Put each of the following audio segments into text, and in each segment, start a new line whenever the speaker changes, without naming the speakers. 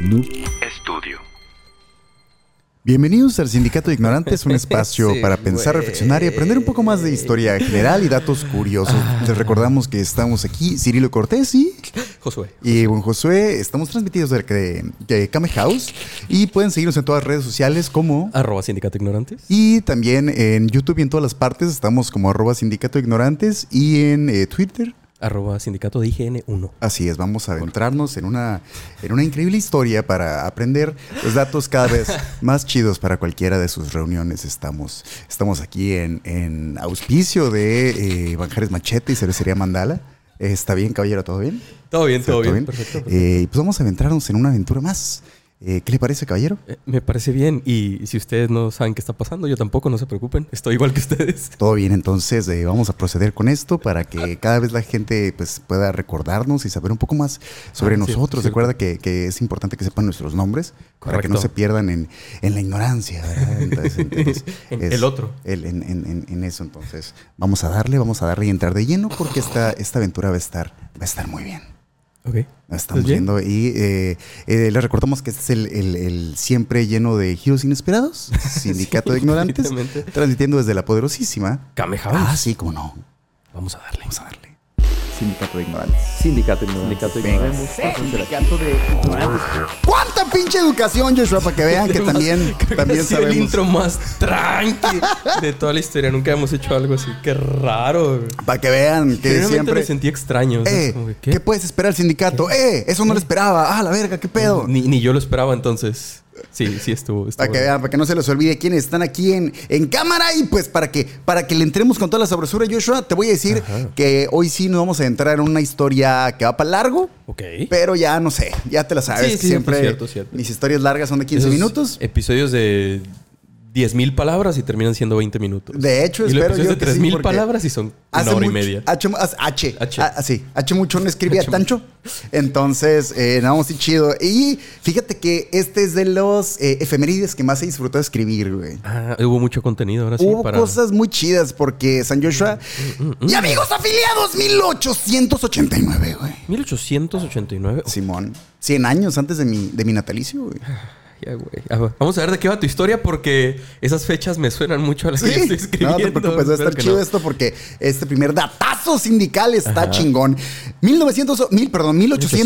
Noob
Estudio.
Bienvenidos al Sindicato de Ignorantes, un espacio
Sí,
para pensar,
güey.
reflexionar y aprender un poco más de historia general y datos curiosos.
Ah.
Les recordamos que estamos aquí, Cirilo Cortés y,
Josué.
y buen Josué. Estamos transmitidos cerca de, de Kame House y pueden seguirnos en todas las redes sociales como...
Arroba Sindicato Ignorantes.
Y también en YouTube y en todas las partes estamos como arroba Sindicato de Ignorantes y en eh, Twitter
Arroba Sindicato de IGN1.
Así es, vamos a adentrarnos en una, en una increíble historia para aprender los datos cada vez más chidos para cualquiera de sus reuniones. Estamos, estamos aquí en, en auspicio de eh, Banjares Machete y Cervecería Mandala. ¿Está bien, caballero? ¿Todo bien?
Todo bien, todo, bien.
bien?
Perfecto.
Eh, y pues vamos a adentrarnos en una aventura más. Eh, ¿Qué le parece, caballero?
Eh, Me parece bien. Y si ustedes no saben qué está pasando, yo tampoco, no se preocupen. Estoy igual que ustedes.
Todo bien, entonces eh, vamos a proceder con esto para que cada vez la gente pues, pueda recordarnos y saber un poco más sobre
Ah, sí,
nosotros.
sí.
Recuerda que, que es importante que sepan nuestros nombres para que no
Correcto.
se pierdan en, en la ignorancia. ¿verdad? Entonces, entonces,
En
es-
el otro.
el- en, en- en- en eso, entonces vamos a darle, vamos a darle y entrar de lleno porque esta, esta aventura va a estar, va a estar muy bien.
Ok.
La Estamos
¿Estás bien?
viendo y eh, eh, les recordamos que este es el, el- el siempre lleno de giros inesperados, Sindicato de Ignorantes,
definitivamente.
transmitiendo desde la poderosísima
Kame House.
Ah, sí, cómo no.
Vamos a darle.
Vamos a darle.
Sindicato de ignorantes. Sindicato de ignorantes.
¿Cuánta pinche educación, Joshua? Para que vean que
Además,
también,
creo que ha
también
sido el
sabemos.
intro más tranqui de toda la historia. Nunca hemos hecho algo así. Qué raro. güey.
Para que vean que
Genuinamente
siempre.
me sentí extraño. o sea, es
Eh,
como que, ¿qué?
¿qué? puedes esperar el sindicato? Eh, eso no lo esperaba. Ah, la verga, qué pedo.
Ni, ni yo lo esperaba entonces. Sí, sí estuvo. estuvo
Para que vean, para que no se les olvide quiénes están aquí en, en cámara y pues para que, para que le entremos con toda la sabrosura, Joshua, te voy a decir que hoy sí nos vamos a entrar en una historia que va para largo,
Ok.
pero ya no sé, ya te la sabes.
Sí,
que
sí,
siempre
pues, cierto, cierto.
mis historias largas son de 15
Esos
minutos.
Episodios de 10.000 palabras y terminan siendo 20 minutos.
De hecho,
y los
espero
episodios
yo que
de
sí,
3.000
porque
palabras y son una
Hace
hora y
mucho-
media.
Hace, mu- hace- H.
H.
Ah, sí. Hace mucho no escribía tancho. Entonces, eh, no, sí, chido. Y fíjate que este es de los eh, efemérides que más he disfrutado escribir, güey.
Ah, hubo mucho contenido ahora sí
Hubo
para... Mm,
cosas muy chidas porque San Joshua y amigos afiliados 1889, güey.
1889.
Simón, 100 años antes de mi, de mi natalicio, güey.
Ya, güey. Ah, va. Vamos a ver de qué va tu historia porque esas fechas me suenan mucho a las que yo estoy escribiendo.
No te preocupes, va a
Espero
estar
que
chido
no.
esto porque este primer datazo sindical está chingón. 1900, o- mil, perdón,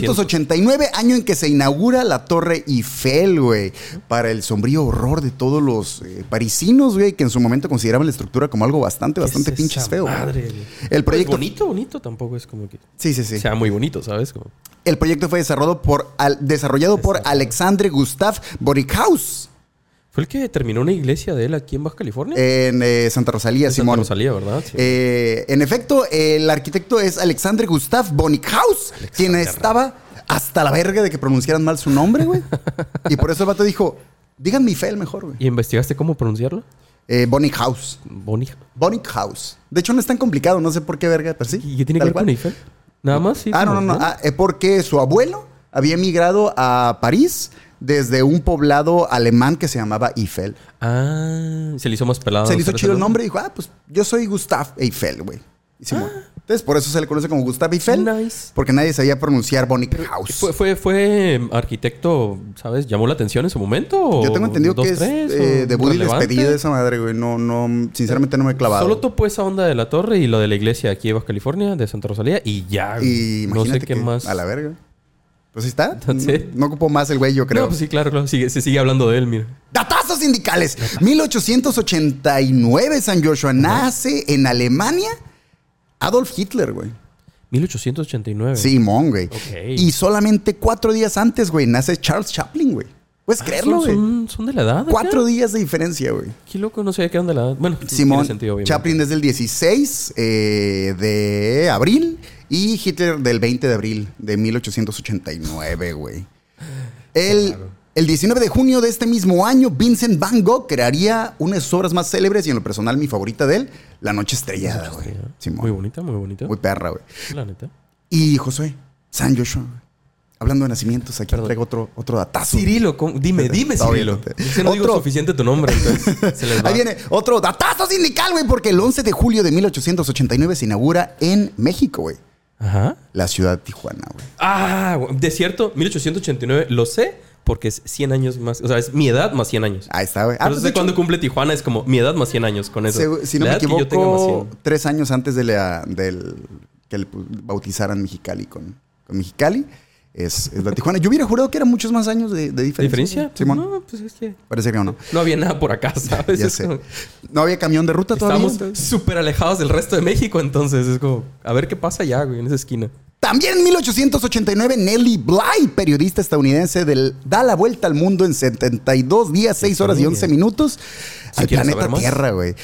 1889, año en que se inaugura la Torre Eiffel, güey. Para el sombrío horror de todos los eh, parisinos, güey, que en su momento consideraban la estructura como algo bastante,
¿Qué
bastante
es
pinches
esa
feo. güey.
madre, güey?
El
Pues
proyecto.
bonito, bonito tampoco es como que
Sí, sí, sí.
sea muy bonito, ¿sabes? Como...
El proyecto fue desarrollado por, al- desarrollado por Alexandre Gustave Borikhaus
¿Fue el que terminó una iglesia de él aquí en Baja California?
en eh, Santa Rosalía,
En Santa
Simón.
Rosalía, ¿verdad? Sí.
Eh, en efecto, el arquitecto es Alexandre Gustav Bonikhaus, quien estaba hasta la verga de que pronunciaran mal su nombre, güey. y por eso el vato dijo, digan mi fel mejor, güey.
¿Y investigaste cómo pronunciarlo?
Eh, Bonikhaus.
Bonnie.
Bonikhaus. De hecho, no es tan complicado, no sé por qué verga, pero sí.
¿Y qué tiene
tal
que ver con
cual.
Eiffel? Nada más, sí.
Ah, no, no,
como,
no. Ah, eh, porque su abuelo había emigrado a París desde un poblado alemán que se llamaba Eiffel.
Ah, se le hizo más pelado.
se le hizo
¿sabes
chido el nombre y dijo, ah, pues yo soy Gustav Eiffel, güey. Y Simón. Entonces, por eso se le conoce como Gustav Eiffel.
Ah. Nice.
Porque nadie sabía pronunciar Bonnie House.
Fue, fue, fue em, arquitecto, ¿sabes? ¿Llamó la atención en su momento? o
yo tengo entendido
dos,
que es
tres,
eh,
o
debut y
relevante?
despedida de esa madre, güey. No, no, sinceramente no me he clavado.
Solo topó esa onda de la torre y lo de la iglesia aquí de Baja California, de Santa Rosalía, y ya.
Y
güey. no
imagínate
sé qué
que
más.
A la verga. Pues ahí está.
That's it.
No ocupó más el güey, yo creo.
No, pues sí, claro, claro. Sigue- se sigue hablando de él, mira.
Datazos sindicales. 1889, San Joshua. Nace en Alemania Adolf Hitler, güey.
1889.
Simón, güey.
Ok.
Y solamente cuatro días antes, güey, nace Charles Chaplin, güey. Puedes creerlo,
Ah, ¿Son,
güey.
son, son de la edad? acá?
Cuatro días de diferencia, güey.
Qué loco, no sabía que eran de la edad. Bueno,
Simón
tiene sentido, obviamente.
Chaplin es del 16 eh, de abril y Hitler del 20 de abril de 1889, güey. El, el 19 de junio de este mismo año, Vincent Van Gogh crearía una de sus obras más célebres y en lo personal mi favorita de él, La Noche Estrellada, güey. Simón.
Muy bonita, muy bonita.
Muy perra, güey.
La neta.
Y Josué, San Joshua. güey. Hablando de nacimientos, aquí
Perdón.
traigo otro, otro datazo.
Cirilo, ¿cómo? dime, dime,
Está bien,
Cirilo.
está bien.
Es que no digo
Otro.
suficiente tu nombre, entonces se les va.
Ahí viene otro datazo sindical, güey, porque el 11 de julio de 1889 se inaugura en México, güey.
Ajá.
La ciudad de Tijuana, güey.
Ah, de cierto, 1889, lo sé porque es 100 años más. O sea, es mi edad más 100 años.
Ahí está, güey. Ah,
Entonces,
pues,
de
de
cuando
hecho,
cumple Tijuana es como mi edad más 100 años con eso.
segu- si no
La
me
edad que yo tenga más
equivoco,
100.
tres años antes de la- del que le pu- bautizaran Mexicali con, con Mexicali, es, es la Tijuana. Yo hubiera jurado que eran muchos más años de, de diferencia.
¿Diferencia?
Simón,
No, pues es que
parece que no.
no había nada por acá, ¿sabes?
Ya
Es
sé.
como-
No había camión de ruta todavía.
Estamos súper alejados del resto de México, entonces es como, a ver qué pasa allá, güey, en esa esquina.
También en 1889, Nellie Bly, periodista estadounidense, del, da la vuelta al mundo en 72 días, 6 horas y
Muy
11
bien.
minutos
Si
al
quieres
planeta
saber más.
Tierra, güey.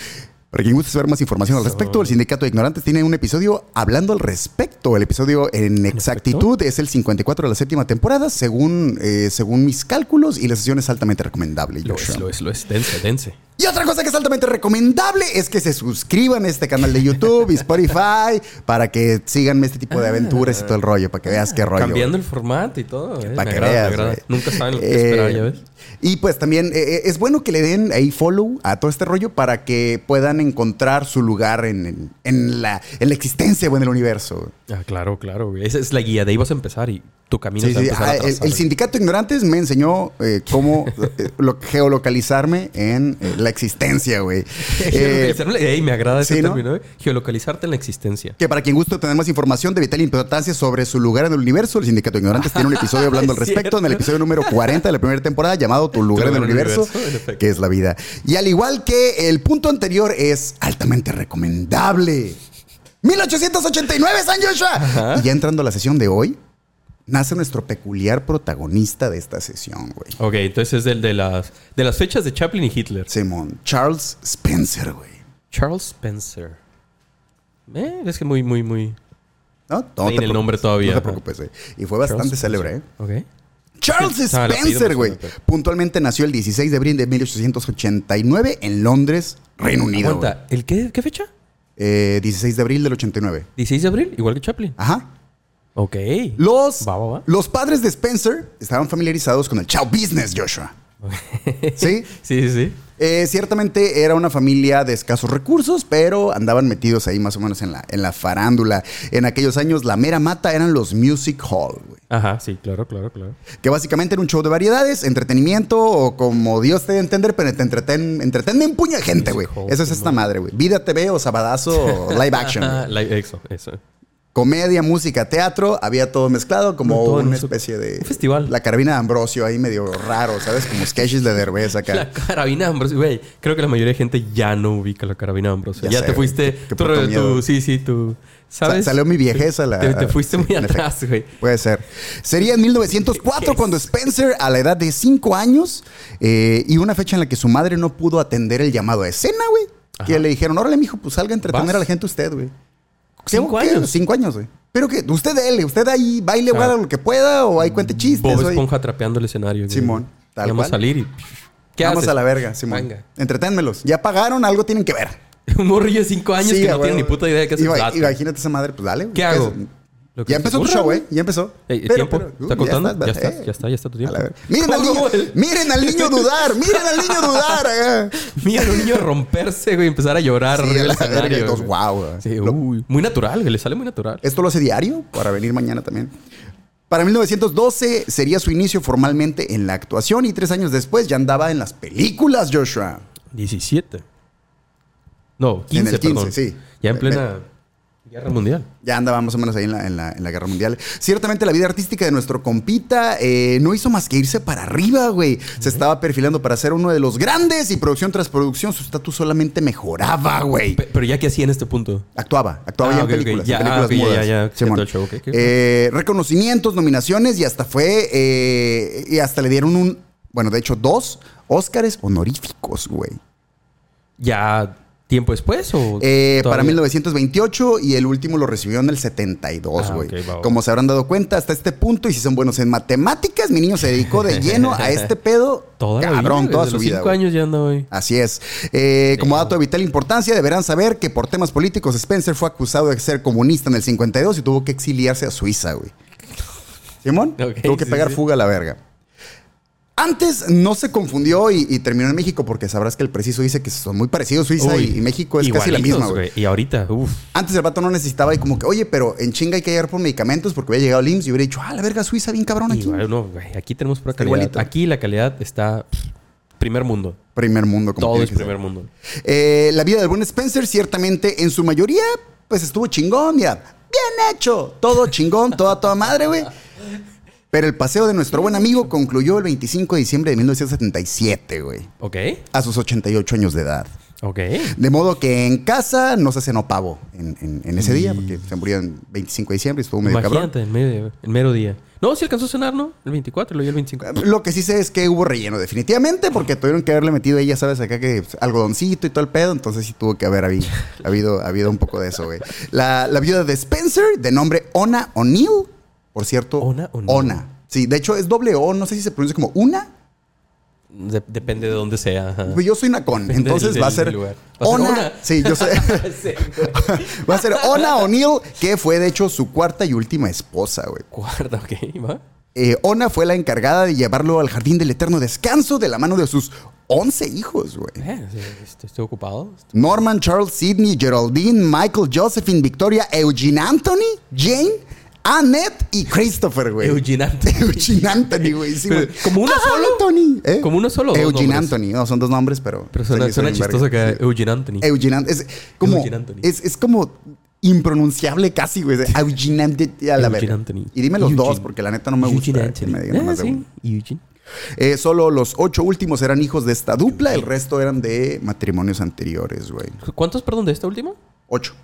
Para quien guste saber más información al respecto, el Sindicato de Ignorantes tiene un episodio hablando al respecto. El episodio en exactitud es el 54 de la séptima temporada, según, eh, según mis cálculos, y la sesión es altamente recomendable. Joshua.
es, lo es. Dense, dense.
Y otra cosa que es altamente recomendable es que se suscriban a este canal de YouTube y Spotify para que sigan este tipo de aventuras y todo el rollo, para que veas qué rollo.
Cambiando el formato y todo. eh,
Para
me
que
agrada,
veas,
me agrada.
güey.
Nunca saben lo que
Eh,
esperar, ya ves.
Y pues también eh, eh, es bueno que le den ahí follow a todo este rollo para que puedan encontrar su lugar en, en- en la, en la existencia o en el universo.
Ah, claro, claro, güey. Esa es la guía. De ahí vas a empezar y tu camino
Sí,
se va a
sí.
empezar
Ah,
a
el- el,
trazar, güey.
sindicato de ignorantes me enseñó eh, cómo eh, lo- geolocalizarme en eh, la existencia, güey. Eh,
Geolocalizarme- Ey, me agrada ese
sí, ¿no?
término, güey. Geolocalizarte en la existencia.
Que para quien guste obtener más información de vital importancia sobre su lugar en el universo, el Sindicato de Ignorantes tiene un episodio hablando al
Es
respecto
cierto.
en el episodio número 40 de la primera temporada llamado Tu lugar en el universo,
en efecto.
que es la vida. Y al igual que el punto anterior es altamente recomendable. 1889, San Joshua.
Ajá.
Y ya entrando a la sesión de hoy, nace nuestro peculiar protagonista de esta sesión, güey.
Ok, entonces es del de las, de las fechas de Chaplin y Hitler.
Simón, Charles Spencer, güey.
Charles Spencer. Eh, es que muy, muy, muy...
¿No? No te
Ahí en el
preocupes,
nombre todavía,
No te
ajá.
preocupes, güey. Y fue bastante
Charles
célebre, ¿eh?
Ok.
Charles
Sí, ah, el apellido
Spencer,
me
güey.
suena, pero-
Puntualmente nació el 16 de abril de 1889 en Londres, Reino Unido. güey.
Aguanta, ¿el qué, qué fecha?
Eh, 16 de abril del 89.
16 de abril, igual que Chaplin.
Ajá.
Ok.
Los,
Va, va, va.
los padres de Spencer estaban familiarizados con el chow business, Joshua. ¿Sí?
Sí, sí, sí.
Eh, ciertamente era una familia de escasos recursos, pero andaban metidos ahí más o menos en la, en la farándula. En aquellos años, la mera mata eran los music hall, güey.
Ajá, sí, claro, claro, claro.
Que básicamente era un show de variedades, entretenimiento o como Dios te dé a entender, pero te entreten, entretenme un puño de gente, güey.
Music hall,
Eso es esta madre, güey. Vida TV o Sabadazo o live action.
Ajá,
güey.
live- Ah, eso, eso.
Comedia, música, teatro, había todo mezclado como
No, todo en
una
un so-
especie de...
un festival.
La carabina de Ambrosio ahí medio raro, ¿sabes? Como sketches de Derbez acá.
La carabina de Ambrosio, güey. Creo que la mayoría de gente ya no ubica la carabina de Ambrosio.
Ya
Ya,
sé,
te
güey.
fuiste.
Qué- qué
tú-
puto
tú-
miedo.
sí, sí, tú. ¿Sabes?
Sa- Salió mi viejeza la.
Te, te fuiste
sí,
muy
en
atrás,
efecto.
güey.
Puede ser. Sería en 1904 cuando Spencer, a la edad de 5 años, eh, y una fecha en la que su madre no pudo atender el llamado a escena, güey. Que
Ajá.
le dijeron, órale, mijo, pues salga a entretener
¿Vas?
a la gente usted, güey.
¿Cinco
¿Qué?
años?
Cinco años, güey. Pero que usted dele, usted ahí baile,
Ah.
guarda lo que pueda, o ahí cuente chistes.
Bob
güey.
Esponja trapeando el escenario. güey.
Simón, tal
Vamos
cual.
a salir y. ¿Qué
Vamos
haces?
a la verga, Simón.
Venga.
Entreténmelos. Ya pagaron, algo tienen que ver.
Un morrillo de 5 años
Sí,
que no
güey,
tiene ni
güey.
puta idea de qué hacer.
Iba-
Date.
Imagínate esa madre, pues dale. güey.
¿Qué hago?
es-
Lo que
Ya
se te
empezó tu
ocurra,
show, güey. Ya empezó.
Ey, tiempo. ¿Está
ya
contando?
estás,
Ya estás,
eh.
ya está, ya está tu tiempo.
A la ver- Miren al
¿Cómo,
niño,
güey?
miren al niño dudar, miren al niño dudar. acá.
Mira, un niño romperse, güey, empezar a llorar.
Sí,
arriba
a
del
la verga,
escenario,
y todos,
güey.
guau, güey.
Sí,
Lo-
uy, muy natural, güey, le sale muy natural.
Esto lo hace diario para venir mañana también. Para 1912 sería su inicio formalmente en la actuación y tres años después ya andaba en las películas, Joshua.
17. No, 15,
En el 15,
perdón.
sí.
Ya en
Me-
plena guerra mundial.
Ya andaba más o menos ahí en la, en la- en la guerra mundial. Ciertamente la vida artística de nuestro compita eh, no hizo más que irse para arriba, güey. Se estaba perfilando para ser uno de los grandes y producción tras producción su estatus solamente mejoraba, güey.
Pe- Pero ya que hacía en este punto.
Actuaba, actuaba
Ah,
ya
ok,
en
ok,
películas.
ya,
en películas
ah, ok, ya,
mudas.
ya, ya,
Simón.
cierto show, ok, ok.
Eh, reconocimientos, nominaciones y hasta fue. eh, y hasta le dieron un. Bueno, de hecho, dos Óscares honoríficos, güey.
¿Ya tiempo después o.?
Eh, para
todavía?
1928 y el último lo recibió en el 72,
Ah,
güey.
ok, va, va.
Como se habrán dado cuenta, hasta este punto, y si son buenos en matemáticas, mi niño se dedicó de lleno a este pedo.
Toda la
cabrón,
vida,
toda
desde
su
los
vida.
cinco
güey.
años ya anda hoy.
Así es. Eh, como
Damn.
dato de vital importancia, deberán saber que por temas políticos Spencer fue acusado de ser comunista en el 52 y tuvo que exiliarse a Suiza, güey. Simón,
Ok,
tuvo que
sí,
pegar
sí.
fuga a la verga. Antes no se confundió y, y terminó en México porque sabrás que el preciso dice que son muy parecidos Suiza
Uy,
y, y México es casi la
igualitos,
misma, güey.
Y ahorita, uff.
Antes el vato no necesitaba y como que, oye, pero en chinga hay que hallar por medicamentos porque hubiera llegado al IMSS y hubiera dicho, ah, la verga Suiza, bien cabrón aquí.
Igual, no, güey. Aquí tenemos pura
Está
calidad.
igualito.
Aquí la calidad está pff, primer mundo.
Primer mundo, como
Todo
tiene
es
que ser.
primer mundo.
Eh, la vida del buen Spencer, ciertamente, en su mayoría, pues estuvo chingón, mira. Bien hecho. Todo chingón, toda toda madre, güey. Pero el paseo de nuestro buen amigo concluyó el 25 de diciembre de 1977, güey.
Ok,
A sus 88 años de edad.
ok.
De modo que en casa no se cenó pavo en, en- en ese día, porque se murió el 25 de diciembre y estuvo medio cabrón.
Mm. Imagínate, en medio, en mero día. No, sí alcanzó a cenar, ¿no? El 24, lo dio el 25.
Lo que sí sé es que hubo relleno, definitivamente, porque tuvieron que haberle metido ahí, ya sabes, acá que pues, algodoncito y todo el pedo, entonces sí tuvo que haber habi- habido, habido un poco de eso, güey. La, la viuda de Spencer, de nombre Ona O'Neill, por cierto.
Ona O'Neill.
Ona. Sí, de hecho es doble O, no sé si se pronuncia como una.
De- depende de dónde sea. ajá.
Pues yo soy Nacón,
Depende
entonces
del-
va a
del
ser
lugar. Va a ser
Ona.
Ona.
Sí, yo sé.
Sí,
va a ser Ona O'Neill, que fue de hecho su cuarta y última esposa, güey.
Cuarta, ok, va.
Eh, Ona fue la encargada de llevarlo al jardín del eterno descanso de la mano de sus 11 hijos, güey.
Eh, sí, estoy, estoy ocupado.
Norman, Charles, Sidney, Geraldine, Michael, Josephine, Victoria, Eugene Anthony, Jane, Annette y Christopher, güey.
Eugene Anthony.
Eugene Anthony, güey. sí,
Pero,
güey.
¿como uno solo?
Anthony. ¿eh?
¿Como uno solo o dos
Eugene
nombres?
Anthony. No, son dos nombres, pero.
Pero suena,
se me
suena
hizo bien
chistoso
verga.
acá.
Sí.
Eugene Anthony.
Eugene Anthony. Es como.
Eugene Anthony.
Es, es como impronunciable casi, güey. de Eugene Anthony. A la
Eugene
verga.
Anthony.
Y dime los
Eugene.
dos, porque la neta no me gusta.
Eugene
que
Anthony.
me digan
Ah,
más de uno.
sí, Eugene.
Eh, solo los ocho últimos eran hijos de esta dupla, el resto eran de matrimonios anteriores, güey.
¿Cuántos, perdón, de esta última?
Ocho.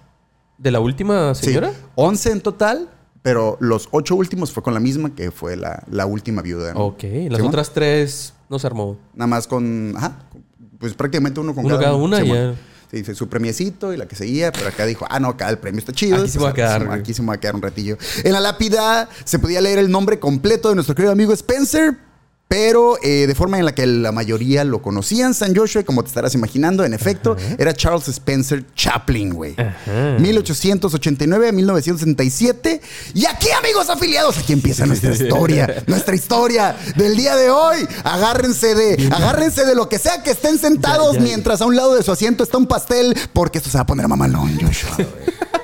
¿De la última señora?
Sí. Once en total, pero los ocho últimos fue con la misma que fue la, la última viuda. ¿no?
Ok, las
Simón.
otras tres no se armó.
Nada más con. Ajá. Pues prácticamente uno con
Uno cada
uno,
una y
Simón.
ya.
Sí, sí, su premiecito y la que seguía, pero acá dijo, ah, no, acá el premio está chido.
Aquí se me va a
Pues,
quedar, güey.
Aquí se me va a quedar un ratillo. En la lápida se podía leer el nombre completo de nuestro querido amigo Spencer, pero eh, de forma en la que la mayoría lo conocían, San Joshua, como te estarás imaginando, en efecto, era Charles Spencer Chaplin, güey. 1889 a 1967. Y aquí, amigos afiliados, aquí empieza nuestra historia, nuestra historia del día de hoy. Agárrense de, agárrense de lo que sea que estén sentados
Ya, ya, ya.
mientras a un lado de su asiento está un pastel, porque esto se va a poner mamalón, Joshua.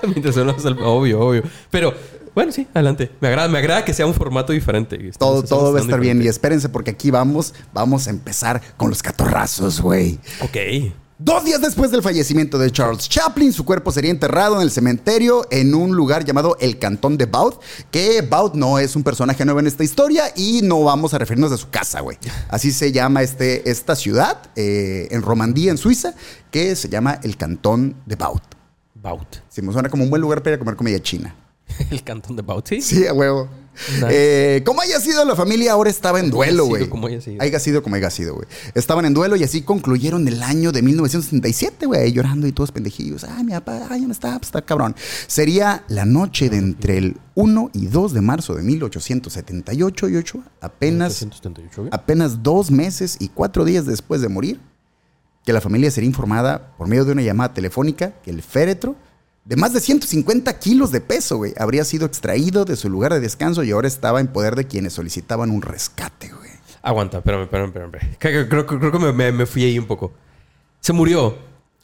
Mientras son las al- Obvio, obvio. Pero, bueno, sí, adelante. Me agrada, me agrada que sea un formato diferente. Este,
Todo,
Estamos
todo va a estar
haciendo
bien. Y
diferente.
espérense, porque aquí vamos, vamos a empezar con los catorrazos, güey.
Ok.
Dos días después del fallecimiento de Charles Chaplin, su cuerpo sería enterrado en el cementerio en un lugar llamado el Cantón de Baut, que Baut no es un personaje nuevo en esta historia y no vamos a referirnos de su casa, güey. Así se llama este, esta ciudad eh, en Romandía, en Suiza, que se llama el Cantón de Baut.
Baut.
Si me suena como un buen lugar para ir a comer comida china.
El cantón de Baut, sí.
Sí, a huevo.
Nice.
Eh, como haya sido, la familia ahora estaba en duelo,
sido,
güey.
como haya sido.
Haya sido como haya sido, güey. Estaban en duelo y así concluyeron el año de 1967, güey. ahí Llorando y todos pendejillos. Ay, mi papá, ay, ya no está, pues, está cabrón. Sería la noche de entre el 1 y 2 de marzo de 1878 y 8, apenas,
1878, güey.
apenas dos meses y cuatro días después de morir, que la familia sería informada por medio de una llamada telefónica que el féretro de más de 150 kilos de peso, güey, habría sido extraído de su lugar de descanso y ahora estaba en poder de quienes solicitaban un rescate, güey.
Aguanta, espérame, espérame, espérame. espérame. Creo, creo- creo- creo que me, me- me fui ahí un poco. Se murió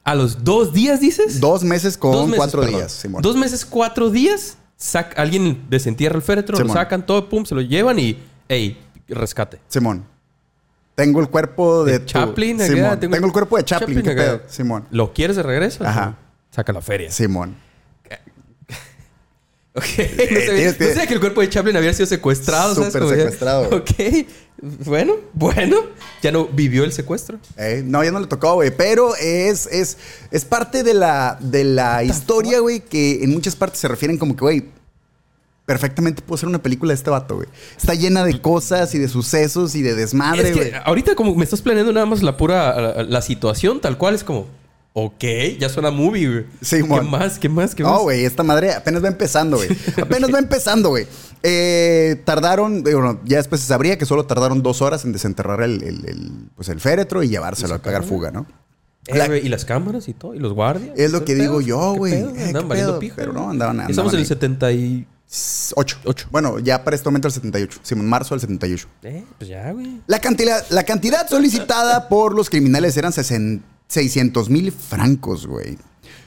a los dos días, dices.
Dos meses con
Dos meses,
cuatro
perdón.
días, Simón.
Dos meses, cuatro días. sac- alguien desentierra el féretro,
Simón.
lo sacan todo, pum, se lo llevan y, ey, rescate.
Simón. Tengo el cuerpo de,
De
tu-
Chaplin, acá,
Simón. Tengo... el cuerpo de Chaplin, ¿qué
acá.
pedo? Simón.
¿Lo quieres de regreso?
Ajá.
Saca la feria.
Simón.
Ok. No sabía,
tienes que-
no sabía que el cuerpo de Chaplin había sido secuestrado. ¿sabes?
Súper
Como ya-
secuestrado, güey.
Ok. Bueno, bueno. Ya no vivió el secuestro.
Eh, no, ya no le tocó, güey. Pero es, es, es parte de la, de la historia, güey, que en muchas partes se refieren como que, güey, perfectamente puedo ser una película de este vato, güey. Está llena de cosas y de sucesos y de desmadre,
es que ah,
güey.
ahorita como me estás planeando nada más la pura... La, la situación tal cual es como... Ok, ya suena movie, güey.
Sí,
¿Qué
mon.
más? ¿Qué más? ¿Qué más?
No, güey, esta madre apenas va empezando, güey. Apenas va empezando, güey. Eh, tardaron, eh, bueno, ya después se sabría que solo tardaron dos horas en desenterrar el, el- el, pues, el féretro y llevárselo a cagar fuga, ¿no?
Eh,
la-
güey, y las cámaras y todo. Y los guardias.
Es lo
¿Qué
que digo yo,
¿Qué
güey?
pedo?
Eh,
Andaban
¿qué
valiendo
pedo?
pija,
Pero
güey.
no, andaban-
Estamos
andaban
en
ahí.
el 70 y...
8.
Ocho.
Bueno, ya para este momento el 78. Sí, en marzo del 78.
Eh, pues ya, güey.
La cantidad, la cantidad solicitada por los criminales eran 600 mil francos, güey.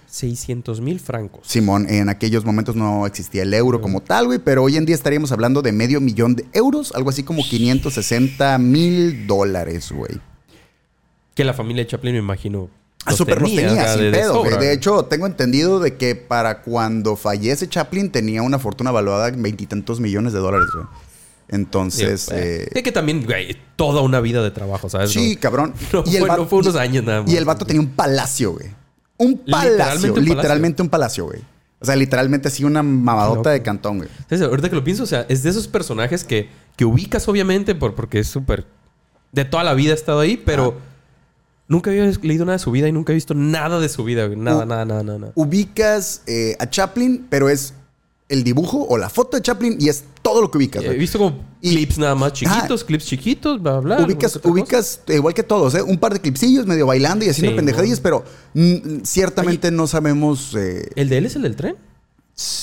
600 mil francos.
Simón, en aquellos momentos no existía el euro como tal, güey, pero hoy en día estaríamos hablando de medio millón de euros, algo así como 560 mil dólares, güey.
Que la familia Chaplin, me imagino.
A super Ah, los tenía,
acá,
sin
de
pedo, güey.
sobra.
De hecho, tengo entendido de que para cuando fallece Chaplin tenía una fortuna valuada en veintitantos millones de dólares, güey.
Sí,
Entonces,
eh,
eh,
de que también, güey, toda una vida de trabajo, ¿sabes?
sí, cabrón.
Ah, No, fue-
vato-
no fue unos años nada más.
Y el vato tenía un palacio, güey. Un palacio,
Literalmente un
literalmente,
palacio.
un palacio, güey. O sea, literalmente así una mamadota
Loco.
de cantón, güey.
¿Sabes? Ahorita que lo pienso, o sea, es de esos personajes que, que ubicas, obviamente, por, porque es súper. De toda la vida ha estado ahí, pero
Ah.
nunca había leído nada de su vida y nunca he visto nada de su vida, güey. Nada,
U-
nada, nada, nada. nada.
Ubicas eh, a Chaplin, pero es el dibujo o la foto de Chaplin y es todo lo que ubicas,
He
güey.
Eh, visto como
Y- ah,
clips nada más chiquitos, clips chiquitos, bla, bla. bla,
ubicas,
alguna que ah, pues otra cosa.
ubicas eh, igual que todos, ¿eh? Un par de clipsillos medio bailando y haciendo
Sí,
pendejadillas, pero mm, ciertamente no sabemos. eh,
¿El de él es el del tren?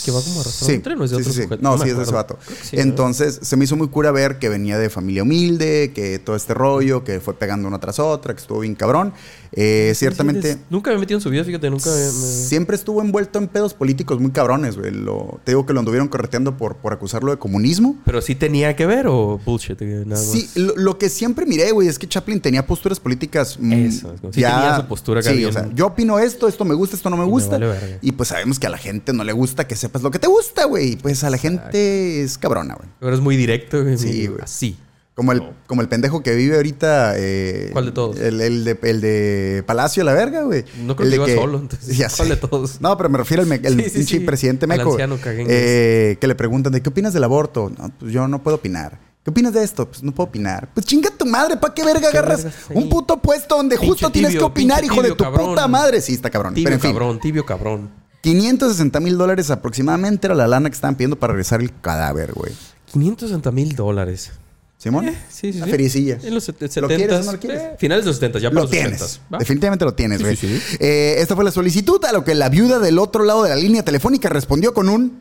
Que va como arrastrando
sí,
un tren, ¿o es de
sí,
otro
sí, sí.
sujeto?
No,
No
sí,
me
es de ese
acuerdo.
vato.
Creo que sí, ¿verdad?
Entonces, se me hizo muy cura ver que venía de familia humilde, que todo este rollo, que fue pegando una tras otra, que estuvo bien cabrón. Eh, ciertamente.
Nunca me he metido en su vida, fíjate, nunca me. me-
Siempre estuvo envuelto en pedos políticos muy cabrones, güey. Lo- te digo que lo anduvieron correteando por, por acusarlo de comunismo.
Pero sí tenía que ver o bullshit, que nada más.
Sí, lo, lo que siempre miré, güey, es que Chaplin tenía posturas políticas. mm,
Eso, es como- sí tenía su postura acá
Sí,
bien-
o sea, yo opino esto, esto me gusta, esto no me
Y me
gusta.
vale verga.
y pues sabemos que a la gente no le gusta que sepas lo que te gusta, güey. Y pues a la gente es cabrona, güey.
Pero es muy directo, eh, güey.
Sí,
muy-
güey.
Así.
Como el, como el pendejo que vive ahorita. eh,
¿Cuál de todos?
El, el de, el de Palacio, la verga, güey.
No creo
El
que
de
iba solo, entonces,
Ya sé.
¿cuál de todos?
No, pero me refiero al me- el
Sí, sí,
pinche
sí.
presidente
Al
meco.
anciano caguengues.
eh, que le preguntan, ¿de qué opinas del aborto? No, pues yo no puedo opinar. ¿Qué opinas de esto? Pues no puedo opinar. Pues chinga tu madre, ¿para qué verga
¿Qué
agarras
vergas ahí?
un puto puesto donde
Pinche
justo tienes que
tibio,
opinar,
pinche
hijo de
tibio,
tu
cabrón.
puta madre? Sí, está cabrón.
Tibio
pero en fin,
cabrón, tibio cabrón.
560 mil dólares aproximadamente era la lana que estaban pidiendo para regresar el cadáver, güey.
560 mil dólares.
¿Simón?
Eh, Sí, sí,
La
sí.
fericilla.
En los set- 70s.
¿Lo quieres o no lo quieres?
eh, finales de los 70, ya
Lo
para los
tienes.
70s, ¿va?
Definitivamente lo tienes,
Sí,
güey.
sí,
Eh, esta fue la solicitud a lo que la viuda del otro lado de la línea telefónica respondió con un.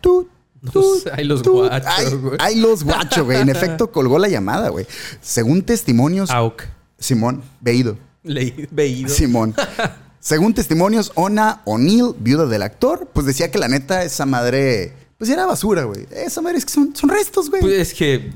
Tut,
No
tut,
sé, ahí los
tut.
guachos,
Ay-
güey.
Ahí los guachos, güey. En efecto, colgó la llamada, güey. Según testimonios,
AUK.
Simón, veído.
Leí, veído.
Simón. Según testimonios, Ona O'Neill, viuda del actor, pues decía que la neta, esa madre. Pues era basura, güey. Esa madre es que son, son restos, güey.
Pues es que.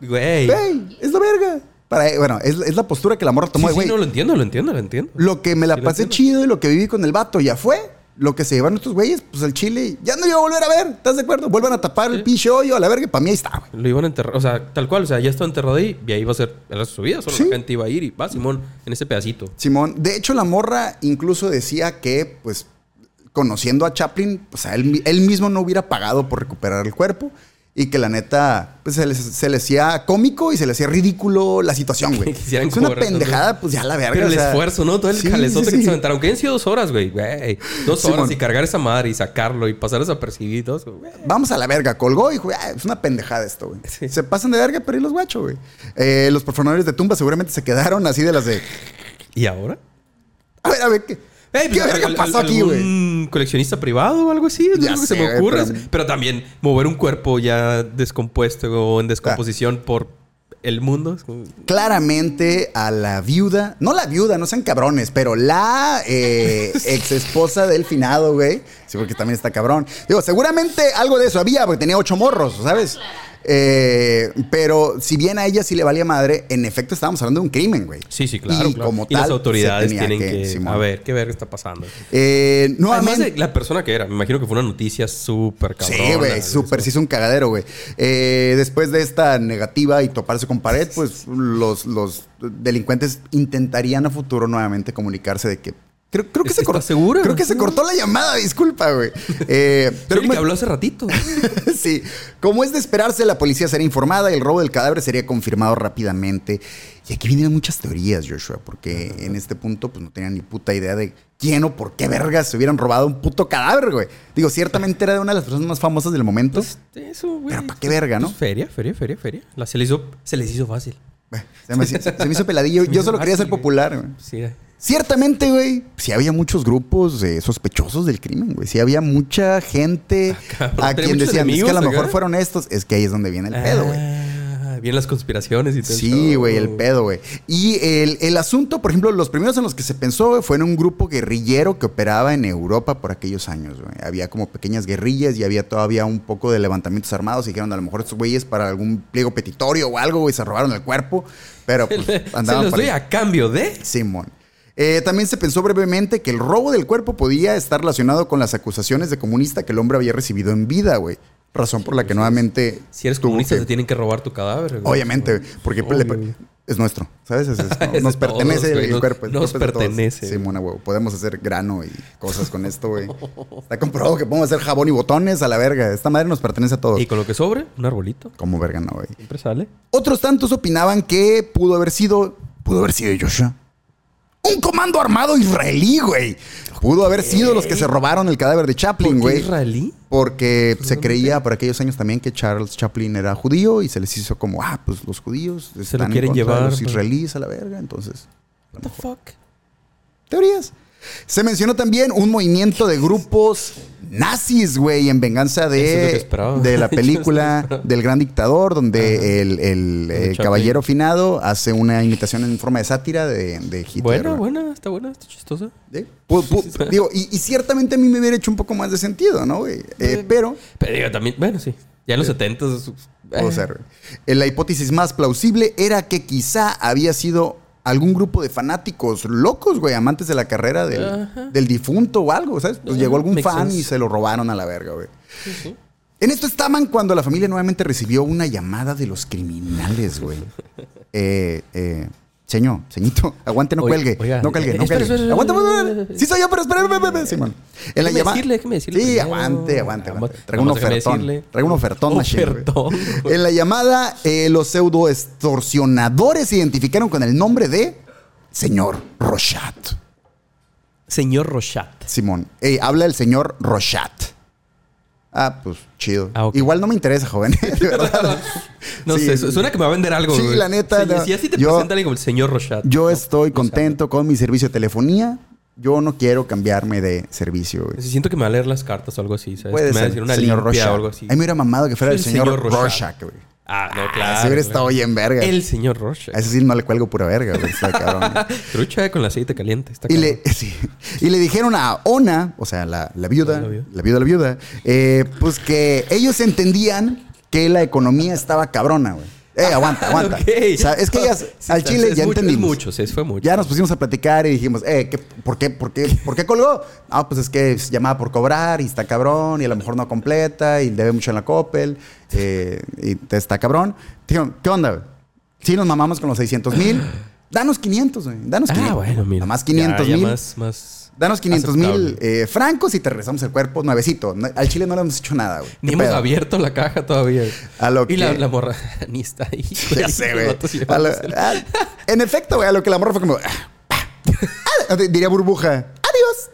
Güey.
Güey, es la verga. Para, eh, bueno, es, es la postura que la morra
Sí,
tomó, de,
sí,
güey.
no lo entiendo, lo entiendo, lo entiendo.
Lo que me
Pues, Sí,
la
lo
pasé
entiendo.
chido y lo que viví con el vato ya fue. Lo que se llevaron estos güeyes, pues al chile, ya no lo iba a volver a ver. ¿Estás de acuerdo? Vuelvan a tapar el pinche hoyo a la verga. Para mí ahí está, güey.
Lo iban a enterrar, o sea, tal cual, o sea, ya estaba enterrado ahí y ahí iba a ser el resto de su vida. Solo
Sí.
la gente iba a ir y va, Simón, en ese pedacito.
Simón, de hecho, la morra incluso decía que, pues, conociendo a Chaplin, o sea, él, mi- él mismo no hubiera pagado por recuperar el cuerpo. Y que la neta, pues se le se le hacía cómico y se le hacía ridículo la situación, güey.
Quisieran
Es una
cobrar, ¿no?
pendejada, pues ya la verga.
Pero
o
el
sea,
esfuerzo, ¿no? Todo el
sí,
calezote
sí,
que
sí.
se aventaron. Aunque hayan sido dos horas, güey. güey. Dos horas
Simón.
y cargar esa madre y sacarlo y pasar desapercibido y todo eso, güey.
Vamos a la verga, colgó y dijo, "Ah, es una pendejada esto, güey.
Sí.
Se pasan de verga, pero y los guachos, güey. Eh, los perforadores de tumba seguramente se quedaron así de las de.
¿Y ahora?
A ver, a ver, ¿qué,
Ey, pues,
qué verga
al- al-
pasó aquí, güey?
algún coleccionista privado o algo así? Es lo
Ya
único que se
sé,
me
güey,
ocurre.
pero-
Pero... también mover un cuerpo ya descompuesto o en descomposición
Ah.
por el mundo. es como-
Claramente a la viuda, no la viuda, no sean cabrones, pero la eh, ex esposa del finado, güey. Sí, porque también está cabrón. Digo, seguramente algo de eso había, porque tenía ocho morros, ¿sabes? Eh, pero si bien a ella sí le valía madre, en efecto estábamos hablando de un crimen, güey.
Sí, sí, claro.
Y
claro.
como
y
tal,
las
se
autoridades
tenía
tienen que...
Simón.
a ver, ¿qué verga está pasando?
Eh,
Además
nuevamente.
de la persona que era. Me imagino que fue una noticia súper cabrona.
Sí, güey, súper, sí es un cagadero, güey. Eh, después de esta negativa y toparse con pared, pues los, los delincuentes intentarían a futuro nuevamente comunicarse de que... Creo, creo que se
¿Estás
cortó.
segura?
Creo que se cortó la llamada, disculpa, güey. Eh,
Pero
pero
el
como-
que habló hace ratito.
sí, como es de esperarse, la policía sería informada y el robo del cadáver sería confirmado rápidamente. Y aquí vienen muchas teorías, Joshua, porque en este punto pues no tenían ni puta idea de quién o por qué vergas se hubieran robado un puto cadáver, güey. Digo, ciertamente era de una de las personas más famosas del momento.
Pues, eso, güey.
Pero, ¿pa' qué verga, no?
Pues, feria, feria, feria, feria. La- se, les hizo, se les hizo fácil.
Eh, Se me, se me hizo peladillo.
Se me
Yo
hizo
solo quería ser
fácil, güey.
popular, güey.
Sí, eh.
Ciertamente, güey, sí había muchos grupos eh, sospechosos del crimen, güey. Sí había mucha gente
Ah, cabrón,
a
¿tenía
quien
muchos
decían, es que a lo
enemigos
mejor
acá?"
fueron estos. Es que ahí es donde viene el pedo, güey.
Ah, bien las conspiraciones y todo.
Sí,
eso.
güey, el pedo, güey. Y el, el asunto, por ejemplo, los primeros en los que se pensó güey, fue en un grupo guerrillero que operaba en Europa por aquellos años, güey. Había como pequeñas guerrillas y había todavía un poco de levantamientos armados. Y dijeron, a lo mejor estos güeyes para algún pliego petitorio o algo, güey, se robaron el cuerpo. Pero pues,
Se
andaban
los
por
doy
ahí.
a cambio de.
Simón. Eh, también se pensó brevemente que el robo del cuerpo podía estar relacionado con las acusaciones de comunista que el hombre había recibido en vida, güey. Razón por la que nuevamente.
pues, Si eres
tuvo
comunista,
que-
te tienen que robar tu cadáver. güey.
Obviamente, güey, porque
Obvio,
le-
güey.
es nuestro, ¿sabes? Es- es-
Es de
nos pertenece
todos,
el,
güey,
el
nos-
cuerpo. el
nos
cuerpo es de todos.
pertenece,
Sí,
güey.
mona, güey. Podemos hacer grano y cosas con esto, güey. Está comprobado que podemos hacer jabón y botones a la verga. Esta madre nos pertenece a todos.
Y con lo que sobre, un arbolito.
Como verga no, güey.
Siempre sale.
Otros tantos opinaban que pudo haber sido, pudo haber sido Joshua. Un comando armado israelí, güey. Pudo haber sido los que se robaron el cadáver de
¿Por
Chaplin,
qué
güey.
israelí?
Porque se creía por aquellos años también que Charles Chaplin era judío y se les hizo como, ah, pues los judíos
lo
están en
quieren
contra de
llevar,
los
pues.
israelíes a la verga, entonces,
What the fuck?
teorías. Se mencionó también un movimiento de grupos nazis, güey, en venganza
Eso es lo que
de,
esperaba.
de la
Yo no
película
esperaba.
del gran dictador,
Ajá.
donde el, el,
De
eh,
Chaplin.
caballero finado hace una imitación en forma de sátira de, de Hitler.
Buena,
güey.
buena, está buena, está chistosa.
¿Sí? Pu- pu- digo, y, y ciertamente a mí me hubiera hecho un poco más de sentido, ¿no, güey? Eh, pero...
Pero digo, también, bueno, sí. Ya en los 70
Pudo ser, güey. Eh, La hipótesis más plausible era que quizá había sido algún grupo de fanáticos locos, güey, amantes de la carrera del,
Ajá.
del difunto o algo, ¿sabes? Pues
Ajá,
llegó algún
makes
fan y
sense.
se lo robaron a la verga, güey. En esto estaban cuando la familia nuevamente recibió una llamada de los criminales, güey. Eh, eh, señor, señito, aguante, no
Oiga,
cuelgue.
oiga,
no cuelgue, no
espera,
cuelgue.
espera, espera,
aguanta,
espera,
aguanta,
espera.
Sí, soy yo, pero espera, espera, espera. Sí, man. En la
Déjeme
llamada.
decirle, déjeme decirle
Sí,
primero.
aguante, aguante, aguante.
Vamos,
Traigo un
déjeme
ofertón.
decirle.
Traigo un ofertón, machine, güey.
Ofertón, güey.
En la llamada, eh, los pseudo extorsionadores se identificaron con el nombre de señor Rochat.
Señor Rochat.
Simón, Ey, habla el señor Rochat. Ah, pues chido.
Ah, ok.
Igual no me interesa, joven. De verdad.
No
Sí.
sé, su- suena que me va a vender algo,
Sí,
güey.
la neta, no.
Si así te
Yo-
presentan alguien como el señor Rochat.
Yo estoy contento con mi servicio de telefonía. Yo no quiero cambiarme de servicio, güey.
Sí, pues, Siento que me va a leer las cartas o algo así, ¿sabes?
Puede
me va a
ser,
decir una
señor
limpia
Rorschach.
o algo así.
A mí me hubiera mamado que fuera el,
Sí, el
señor,
señor
Rorschach,
Rorschach.
güey.
Ah, no,
Ah,
claro.
sí hubiera
güey.
estado bien verga.
El señor Rorschach.
A ese sí no le cuelgo pura verga, güey. Está cabrón.
Trucha eh, con el aceite caliente. Está
Y
cabrón.
le, sí. y le dijeron a Ona, o sea, la, la viuda,
La viuda.
la viuda, la viuda, eh, pues que ellos entendían que la economía estaba cabrona, güey. Eh, aguanta, aguanta.
Ah, Ok.
O sea, es que
No,
ya
sí,
al
es-
Chile
es
ya
mucho,
entendimos.
Es mucho, sí, fue mucho.
Ya nos pusimos a platicar y dijimos, eh, ¿qué- ¿por qué, por qué, por qué colgó? Ah, pues es que es llamada por cobrar y está cabrón y a lo mejor no completa y debe mucho en la Coppel eh, y te está cabrón. Dijeron, ¿qué onda? güey? Sí, nos mamamos con los 600 mil. Danos 500, güey. Danos 500.
Ah, bueno, mira.
Nada más 500
Ya, ya
mil.
más, más
Danos 500 mil
aceptable.
eh, francos y te regresamos el cuerpo nuevecito. No- Al Chile no le hemos hecho nada, güey.
Ni
¿Qué
hemos
pedo?
abierto la caja todavía.
A lo
y la,
que-
la morra ni está ahí.
Ya
güey.
sé,
Los
güey.
vatos
A lo-
llevándosela.
ah, En efecto, güey, a lo que la morra fue como... ah, pa, ah, diría burbuja. Adiós.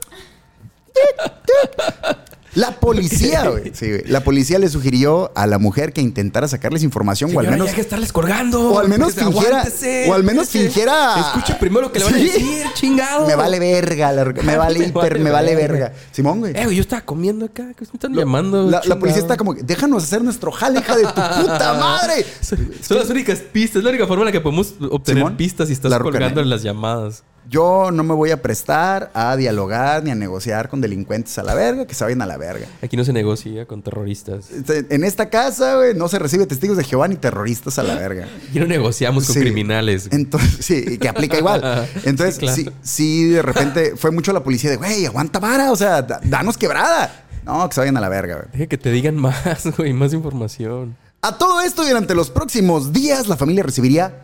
La policía, güey. Sí, güey. La policía le sugirió a la mujer que intentara sacarles información o
Señora,
al menos...
ya hay que estarles colgando.
O al menos
Pues,
fingiera.
aguántese. Este,
O al menos fingiera.
Escuche primero lo que le van a
Sí.
decir, chingado.
Me vale verga, la- me vale
Me
hiper,
vale
me vale
verga.
verga. Simón, güey.
Eh, güey, yo estaba comiendo acá. ¿Qué me están llamando?
La, la
chingado?
policía está como, que, déjanos hacer nuestro jale, hija de tu puta madre.
Son las únicas pistas. Es la única forma en la que podemos obtener
Simón,
pistas si estás
la ruca,
colgando
¿eh?
en las llamadas.
Yo no me voy a prestar a dialogar ni a negociar con delincuentes a la verga, que se vayan a la verga.
Aquí no se negocia con terroristas.
Este, En esta casa, güey, no se recibe testigos de Jehová ni terroristas a la verga.
Aquí no negociamos con
Sí.
criminales. güey.
Entonces, sí, y que aplica igual. Entonces,
Sí, claro.
sí, sí, de repente fue mucho la policía de, güey, aguanta vara, o sea, da- danos quebrada. No, que se vayan a la verga, güey.
Deja que te digan más, güey, más información.
A todo esto, durante los próximos días, la familia recibiría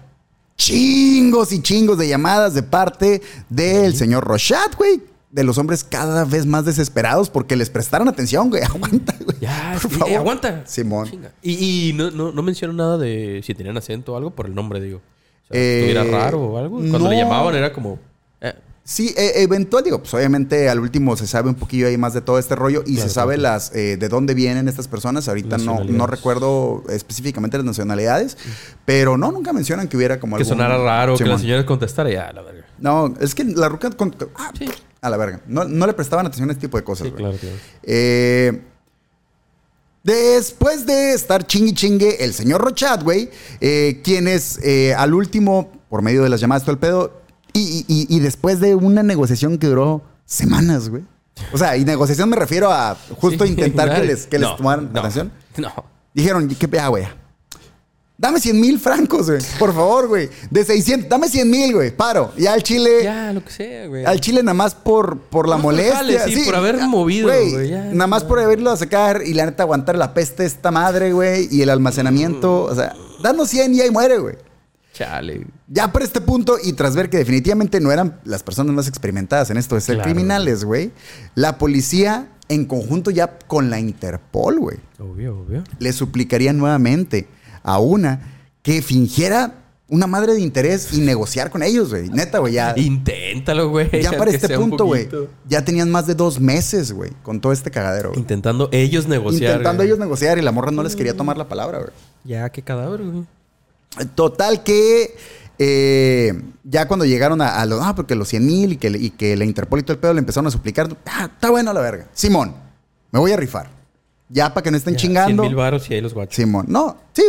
chingos y chingos de llamadas de parte del señor Rochat, güey. De los hombres cada vez más desesperados porque les prestaron atención, güey. Aguanta, güey.
Ya,
Por
sí, eh,
favor.
aguanta.
Simón.
Chinga. Y, y no, no, no menciono nada de si tenían acento o algo por el nombre, digo. O sea,
Eh,
estuviera raro o algo. Cuando le
no.
llamaban era como. eh,
Sí, eh, eventual, digo, pues obviamente al último se sabe un poquillo ahí más de todo este rollo y
Claro,
se sabe
claro.
las eh, de dónde vienen estas personas. Ahorita no, no
Nacionalidades.
recuerdo específicamente las nacionalidades, pero no, nunca mencionan que hubiera como
que
algún-
sonara raro, que
Simón.
la señora contestara, ya, la verga.
No, es que la ruca... con- ah, A la verga. No, no le prestaban atención a este tipo de cosas.
Sí,
güey.
claro, claro.
Eh, después de estar chingui chingue el señor Rochat, güey, eh, quienes eh, al último, por medio de las llamadas, todo el pedo, y, y- y- y después de una negociación que duró semanas, güey. O sea, y negociación me refiero a justo
Sí,
intentar que
claro.
les, que les
No,
tomaran
no,
atención.
No.
Dijeron, ¿qué pe- ah, güey? Dame 100 mil francos, güey. Por favor, güey. De 600, dame 100 mil, güey. Paro. Ya al Chile.
Ya, lo que sea, güey.
Eh, Al chile nada más por, por la
No, pues,
molestia.
vale, sí, por haber
ah,
movido, güey, ya,
Nada más
no.
por haberlo a sacar y la neta aguantar la peste de esta madre, güey. Y el almacenamiento.
Mm.
O sea, danos 100 y ahí muere, güey.
Chale. güey.
Ya para este punto y tras ver que definitivamente no eran las personas más experimentadas en esto de ser
Claro.
criminales, güey. La policía en conjunto ya con la Interpol, güey
Obvio, obvio.
le suplicaría nuevamente a una que fingiera una madre de interés y negociar con ellos, güey. Neta, güey, ya.
Inténtalo, güey.
Ah. Ya para
aunque
este
sea un
punto, güey,
poquito.
ya tenían más de dos meses, güey, con todo este cagadero. güey.
Intentando ellos negociar.
Intentando
güey.
ellos negociar y la morra no les quería tomar la palabra, güey.
Ya, qué cadáver, güey.
Total que eh, ya cuando llegaron a, a los, ah, porque los 100 mil y que, le- y que la Interpol y todo el pedo le empezaron a suplicar, ah, está bueno la verga. Simón, me voy a rifar. Ya para que no estén chingando.
mil baros y ahí los guachos.
Simón, no, sí,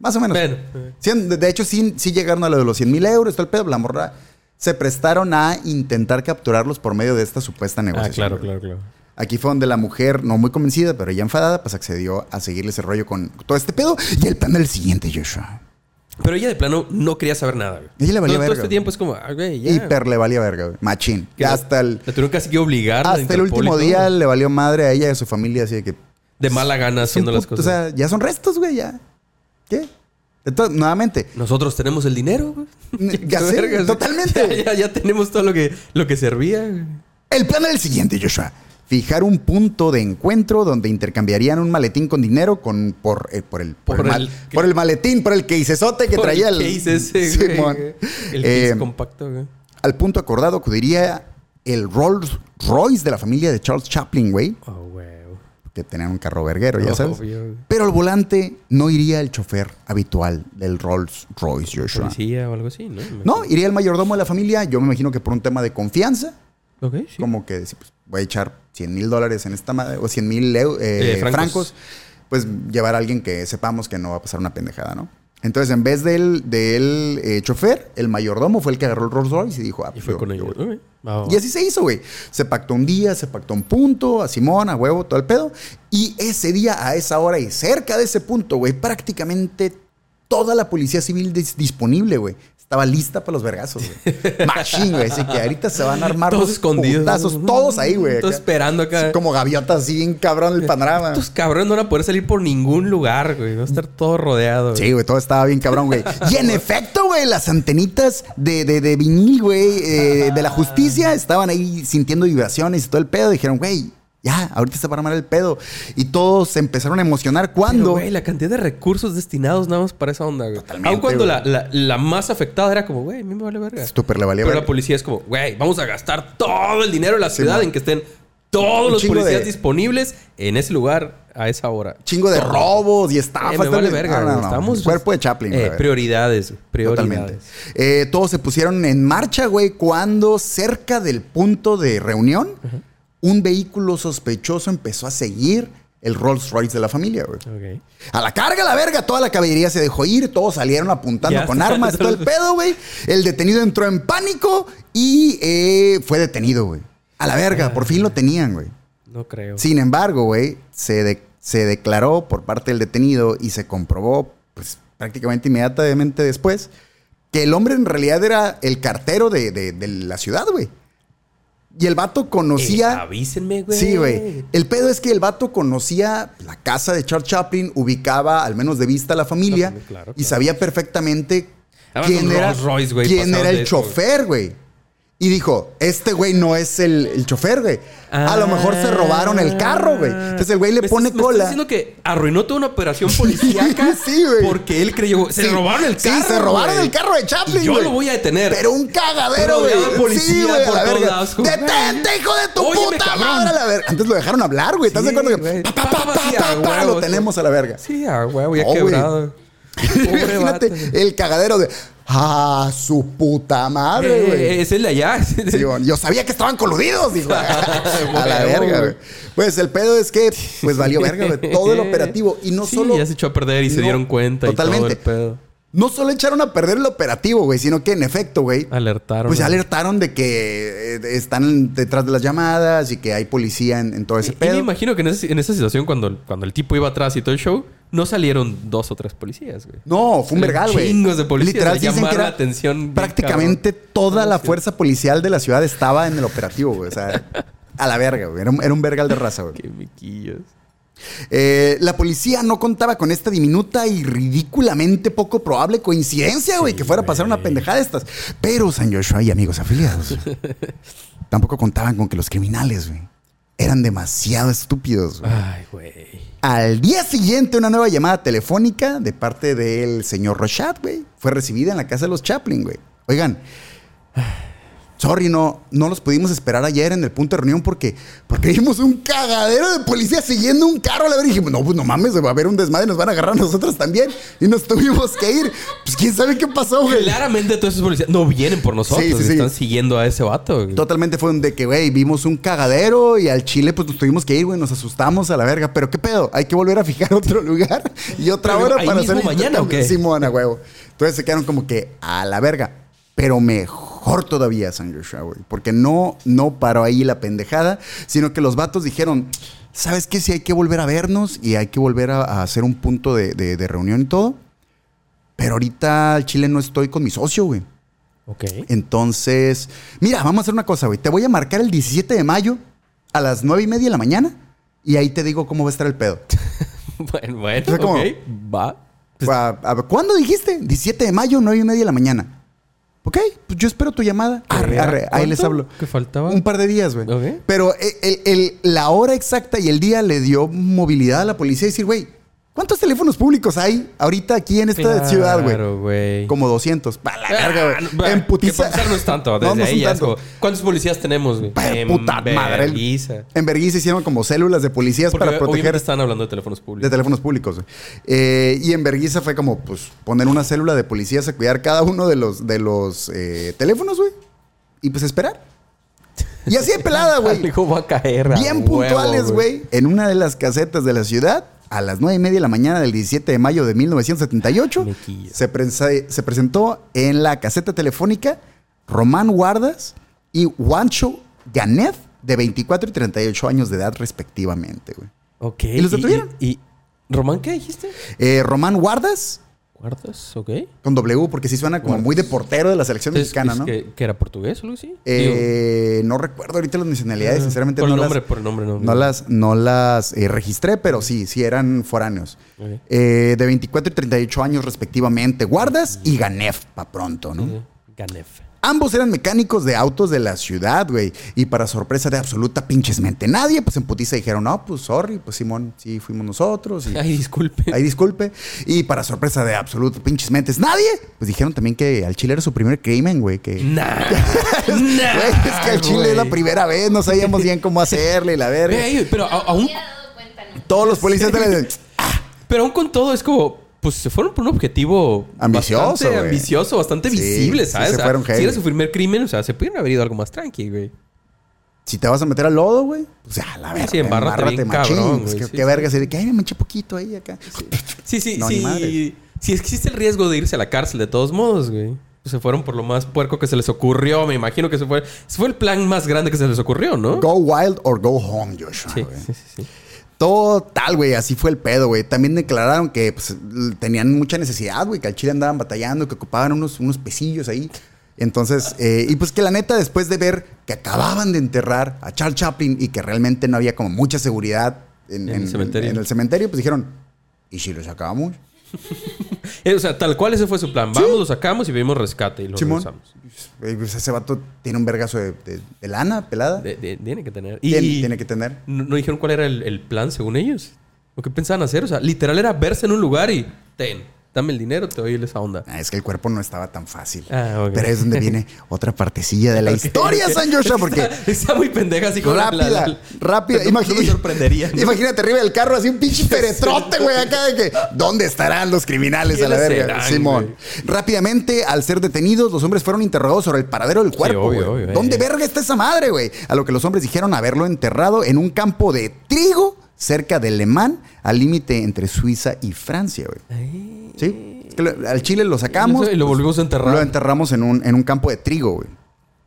más o menos.
Bueno. eh.
Cien- de- de hecho, sí, sí llegaron a lo de los 100 mil euros, todo el pedo, la morra. Se prestaron a intentar capturarlos por medio de esta supuesta
Ah,
negociación.
claro,
güey.
claro, claro.
Aquí fue donde la mujer, no muy convencida, pero ya enfadada, pues accedió a seguirle ese rollo con todo este pedo. Y el plan del siguiente, Joshua.
Pero ella de plano no quería saber nada, güey.
Ella le valía
todo, todo
verga,
este
güey.
tiempo es como, ah, güey, ya.
Hiper le valía verga, güey. Machín.
Que
Ya
la-
hasta el,
La tuvieron casi que obligar. la
hasta el
Interpol y
último
todo.
día le valió madre a ella y a su familia, así de que.
De mala gana haciendo
son
las
puto-
cosas.
O sea, ya son restos, güey, ya. ¿Qué? Entonces, nuevamente,
Nosotros tenemos el dinero, güey.
Ya
Qué
sé,
vergas.
totalmente.
Ya, ya- ya tenemos todo lo que, lo que servía. güey.
El plan era el siguiente, Joshua. Fijar un punto de encuentro donde intercambiarían un maletín con dinero con, por, eh, por, el, por,
Por
el, mal-
el-
por el maletín, por el queisesote que
Por
traía
el
el.
case ese, güey,
Simón.
güey. El
Eh,
case compacto, güey.
al punto acordado acudiría el Rolls Royce de la familia de Charles Chaplin, güey,
Oh, güey.
que tenían un carro verguero, ya sabes.
Obvio, güey.
Pero al volante no iría el chofer habitual del Rolls Royce, Joshua.
Policía o algo así, ¿no?
No, iría el mayordomo de la familia, yo me imagino que por un tema de confianza.
Ok, sí.
como que decir, pues, voy a echar 100 mil dólares en esta madre, o 100 mil eu- eh,
Eh,
francos.
francos.
pues llevar a alguien que sepamos que no va a pasar una pendejada, ¿no? Entonces, en vez del, del eh, chofer, el mayordomo fue el que agarró el Rolls Royce y dijo, ah,
Y
pues,
fue
yo-
con
yo
ellos.
voy.
Ok, va, va, va.
Y así se hizo, güey. Se pactó un día, se pactó un punto, a Simón, a huevo, todo el pedo. Y ese día, a esa hora y cerca de ese punto, güey, prácticamente toda la policía civil dis- disponible, güey. Estaba lista para los vergazos, güey. Machín, güey. Así que ahorita se van a armar
Todos
los
escondidos.
putazos, todos ahí, güey.
Todos
acá.
esperando acá. Eh,
Sí, Como gaviotas, así bien cabrón el panorama.
Estos cabrones no van a poder salir por ningún lugar, güey. Van a estar todo rodeado.
Sí, güey, todo estaba bien cabrón, güey. Y en efecto, güey, las antenitas de, de, de vinil, güey, eh, de la justicia, estaban ahí sintiendo vibraciones y todo el pedo. Dijeron, güey, ya, ahorita se va a armar el pedo. Y todos se empezaron a emocionar
Pero,
cuando...
güey, la cantidad de recursos destinados nada más para esa onda, güey.
Totalmente,
Aun cuando
güey.
la, la- la más afectada era como, güey, a mí me vale verga.
Súper le valía
Pero pues, la
verga.
policía es como, güey, vamos a gastar todo el dinero de la ciudad
man.
en que estén todos
Un
los
chingo
policías
de-
disponibles en ese lugar a esa hora.
Chingo de robos y estafas.
Eh, me vale
tal-
verga,
pues No, no,
güey.
no.
Estamos...
Cuerpo de Chaplin,
Eh,
güey, a ver.
prioridades, güey.
Totalmente.
prioridades.
Eh, todos se pusieron en marcha, güey, cuando cerca del punto de reunión, un vehículo sospechoso empezó a seguir el Rolls Royce de la familia, güey.
Ok.
A la carga, a la verga, toda la caballería se dejó ir, todos salieron apuntando
Ya.
con armas, todo el pedo, güey. El detenido entró en pánico y eh, fue detenido, güey. A la verga, por fin lo tenían, güey.
No creo.
Sin embargo, güey, se, de- se declaró por parte del detenido y se comprobó, pues, prácticamente inmediatamente después, que el hombre en realidad era el cartero de, de- de la ciudad, güey. Y el vato
Eh,
conocía...
avísenme, güey.
Sí, güey. El pedo es que el vato conocía la casa de Charles Chaplin, ubicaba al menos de vista a la familia
Claro, claro,
y
claro.
sabía perfectamente
Además,
quién
un
era,
Rolls Royce, güey,
quién
pasado
era
de
el
eso, güey.
chofer, güey. Y dijo, este güey no es el, el chofer, güey. A lo mejor se robaron el carro, güey. Entonces el güey le
Ah. pues, Me
pone
estás- me
cola.
Estás diciendo que arruinó toda una operación policíaca.
Sí, güey.
Porque él creyó. Se
Sí.
robaron el carro.
Sí, se robaron
güey.
el carro de Chaplin,
Y yo
güey.
lo voy a detener.
Pero un cagadero,
Pero
güey.
había policía
Sí, güey, a
por
la
todos
verga.
lados, como,
¡Detente, hijo de tu
Óyeme,
puta
cabrón.
madre! A la verga. Antes lo dejaron hablar, güey. ¿Estás
Sí,
de acuerdo? Que
güey.
pa, pa, pa,
Pa, pa,
pa,
sí,
pa,
a
pa,
huevo,
lo
sí.
tenemos a la verga.
Sí, ah, güey, ya
No, güey.
quebrado.
Imagínate eh,
vato.
el cagadero de. ¡Ah, su puta madre,
Eh,
güey!
eh, es el de allá. es el de-
Sí, bueno, yo sabía que estaban coludidos, dijo. a la
Bueno,
verga,
güey.
güey. Pues el pedo es que, pues valió verga, güey. Todo el operativo. Y no
Sí,
solo.
ya se echó a perder y se
No,
dieron cuenta
totalmente.
y todo el pedo.
No solo echaron a perder el operativo, güey, sino que en efecto, güey.
Alertaron.
Pues ya
a-
alertaron de que eh, están detrás de las llamadas y que hay policía en, en todo
Y,
ese
y me
pedo.
imagino que en esa, en esa situación, cuando, el- cuando el tipo iba atrás y todo el show, no salieron dos o tres policías, güey.
No, fue un vergal, güey.
Chingos de policías,
Literal,
de
dicen que
llamar la
era
atención bien
prácticamente
cabrón.
toda la
Sí.
fuerza policial de la ciudad estaba en el operativo, güey. O sea, a la verga, güey. Era un, era un vergal de raza, güey.
Qué miquillos.
Eh, la policía no contaba con esta diminuta y ridículamente poco probable coincidencia, güey, que fuera a pasar una pendejada de estas. Pero San Joshua y amigos afiliados tampoco contaban con que los criminales, güey, eran demasiado estúpidos. güey.
Ay, güey.
Al día siguiente, una nueva llamada telefónica de parte del señor Rochat, güey, fue recibida en la casa de los Chaplin, güey. Oigan, sorry, no, no los pudimos esperar ayer en el punto de reunión porque, porque vimos un cagadero de policía siguiendo un carro. A la verga. Y dijimos, no, pues no mames, güey, va a haber un desmadre, nos van a agarrar a nosotros también. Y nos tuvimos que ir. Pues quién sabe qué pasó, güey.
Claramente todos esos policías no vienen por nosotros.
Sí, sí, sí.
Están siguiendo a ese vato. güey.
Totalmente fue un de que, güey, vimos un cagadero y al Chile pues nos tuvimos que ir, güey, nos asustamos a la verga. Pero qué pedo, hay que volver a fijar otro lugar y otra
Pero,
hora
¿ahí
para
mismo
hacer el
mañana o qué?
intercambio. Simón, a huevo. Entonces se quedaron como que a la verga. Pero mejor todavía San Joshua, güey. Porque no, no paró ahí la pendejada, sino que los vatos dijeron, ¿sabes qué? Si hay que volver a vernos y hay que volver a, a hacer un punto de, de- de reunión y todo. Pero ahorita al Chile no estoy con mi socio, güey.
Ok.
Entonces, mira, vamos a hacer una cosa, güey. Te voy a marcar el 17 de mayo a las 9 y media de la mañana y ahí te digo cómo va a estar el pedo.
Bueno, bueno.
sea, como-
ok. Va. Pues,
A- a- ¿Cuándo dijiste? 17 de mayo, 9 y media de la mañana. Ok, pues yo espero tu llamada. Arre, arre, ahí
¿Cuánto
les hablo.
que faltaba?
Un par de días, güey.
Ok.
Pero el- el- el- la hora exacta y el día le dio movilidad a la policía y decir, güey, ¿cuántos teléfonos públicos hay ahorita aquí en esta
Claro,
ciudad, güey?
güey.
Como 200. Pa' la verga,
Ah,
güey.
no, bah,
en putiza.
que para empezar no es tanto.
No,
Desde
no es
ahí
un
ya es
tanto.
como, ¿Cuántos policías tenemos, güey? Em,
Pa-
En
puta madre.
verguiza.
En Berguisa hicieron como células de policías
Porque
para
obviamente
proteger
están hablando de teléfonos
de
públicos.
teléfonos públicos. güey. Eh, y en Berguisa fue como, pues, poner una célula de policías a cuidar cada uno de los, de los eh, teléfonos, güey. Y pues esperar. Y así de pelada, güey.
Algo va a caer. a
Bien
huevo,
puntuales, güey. En una de las casetas de la ciudad, a las nueve y media de la mañana del 17 de mayo de 1978,
Mequillo.
se, prensa- se presentó en la caseta telefónica Román Guardas y Juancho Ganet, de 24 y 38 años de edad, respectivamente, güey.
Ok.
¿Y los detuvieron?
¿Y, y- Román qué dijiste?
Eh, Román Guardas,
¿Guardas? Ok.
con W, porque sí suena como muy de portero de la selección
Entonces,
mexicana,
es
¿no?
que, que era portugués o algo así?
Eh, no recuerdo ahorita las nacionalidades,
Ah,
sinceramente
por
no
el
las-
nombre, por el nombre, no.
No las, no las eh, registré, pero sí, sí eran foráneos.
Ok.
Eh, de 24 y 38 años respectivamente. Guardas y Ganef, pa' pronto, ¿no?
Digo, Ganef.
Ambos eran mecánicos de autos de la ciudad, güey. Y para sorpresa de absoluta pinches mente nadie, pues en putiza dijeron, no, pues sorry, pues Simón, sí fuimos nosotros. Y,
Ay, disculpe.
ahí disculpe. Y para sorpresa de absoluta pinches mentes nadie, pues dijeron también que al chile era su primer crimen, güey. Que,
Nah.
Güey, es que al chile es la
Mm. güey.
primera vez, no sabíamos bien cómo hacerle y la verga.
Ve ahí, pero a- aún,
Todos los policías de la...
pero aún con todo es como, pues se fueron por un objetivo
Ambicioso,
bastante
güey.
ambicioso, bastante
Sí,
visible,
sí
¿sabes?
se
O sea,
fueron
si
heavy.
era su primer crimen, o sea, se pudieron haber ido algo más tranqui, güey.
Si te vas a meter al lodo, güey, pues ya, la verga.
Sí, embárrate bien
pues,
cabrón, güey,
qué,
sí,
qué
sí.
verga. así de que, ay, me eché poquito ahí acá.
Sí, sí,
No, ni madre.
sí. Si existe el riesgo de irse a la cárcel de todos modos, güey. Pues se fueron por lo más puerco que se les ocurrió, me imagino que se fue. ese fue el plan más grande que se les ocurrió, ¿no?
Go wild or go home, Joshua.
Sí,
güey.
sí, sí, sí.
Total, güey, así fue el pedo, güey. También declararon que pues, l- tenían mucha necesidad, güey, que al chile andaban batallando, que ocupaban unos, unos pesillos ahí. Entonces, eh, y pues que la neta, después de ver que acababan de enterrar a Charles Chaplin y que realmente no había como mucha seguridad en,
En el
en-
cementerio.
en el cementerio, pues dijeron, ¿y si lo sacamos?
Eh, O sea, tal cual ese fue su plan. Vamos, lo sacamos y vimos rescate y lo
Simón.
regresamos.
Eh, pues, ese vato tiene un vergazo de, de- de lana pelada.
De- de- tiene que tener. Y,
tiene, tiene que tener.
¿No, no dijeron cuál era el, el plan según ellos? ¿O qué pensaban hacer? O sea, literal era verse en un lugar y... Ten. dame el dinero, te doy esa onda.
Ah, es que el cuerpo no estaba tan fácil.
Ah, ok.
Pero es donde viene otra partecilla de la historia, San Joshua, porque
Está, está muy pendeja así con la-
rápida,
la- la-
rápida.
No- no me
Imagínate,
sorprendería. ¿no?
imagínate arriba del carro así un pinche peretrote, güey, acá de que ¿dónde estarán los criminales a la
¿Quiénes
verga?
serán,
Simón. Rápidamente, al ser detenidos, los hombres fueron interrogados sobre el paradero del cuerpo,
obvio,
güey.
obvio,
¿Dónde
eh.
verga está esa madre, güey? A lo que los hombres dijeron haberlo enterrado en un campo de trigo cerca de Le Mans, al límite entre Suiza y Francia, güey.
Ay.
¿Sí? Es que lo- al Chile lo sacamos. pues,
Y lo volvimos a enterrar.
Lo enterramos en un, en un campo de trigo, güey.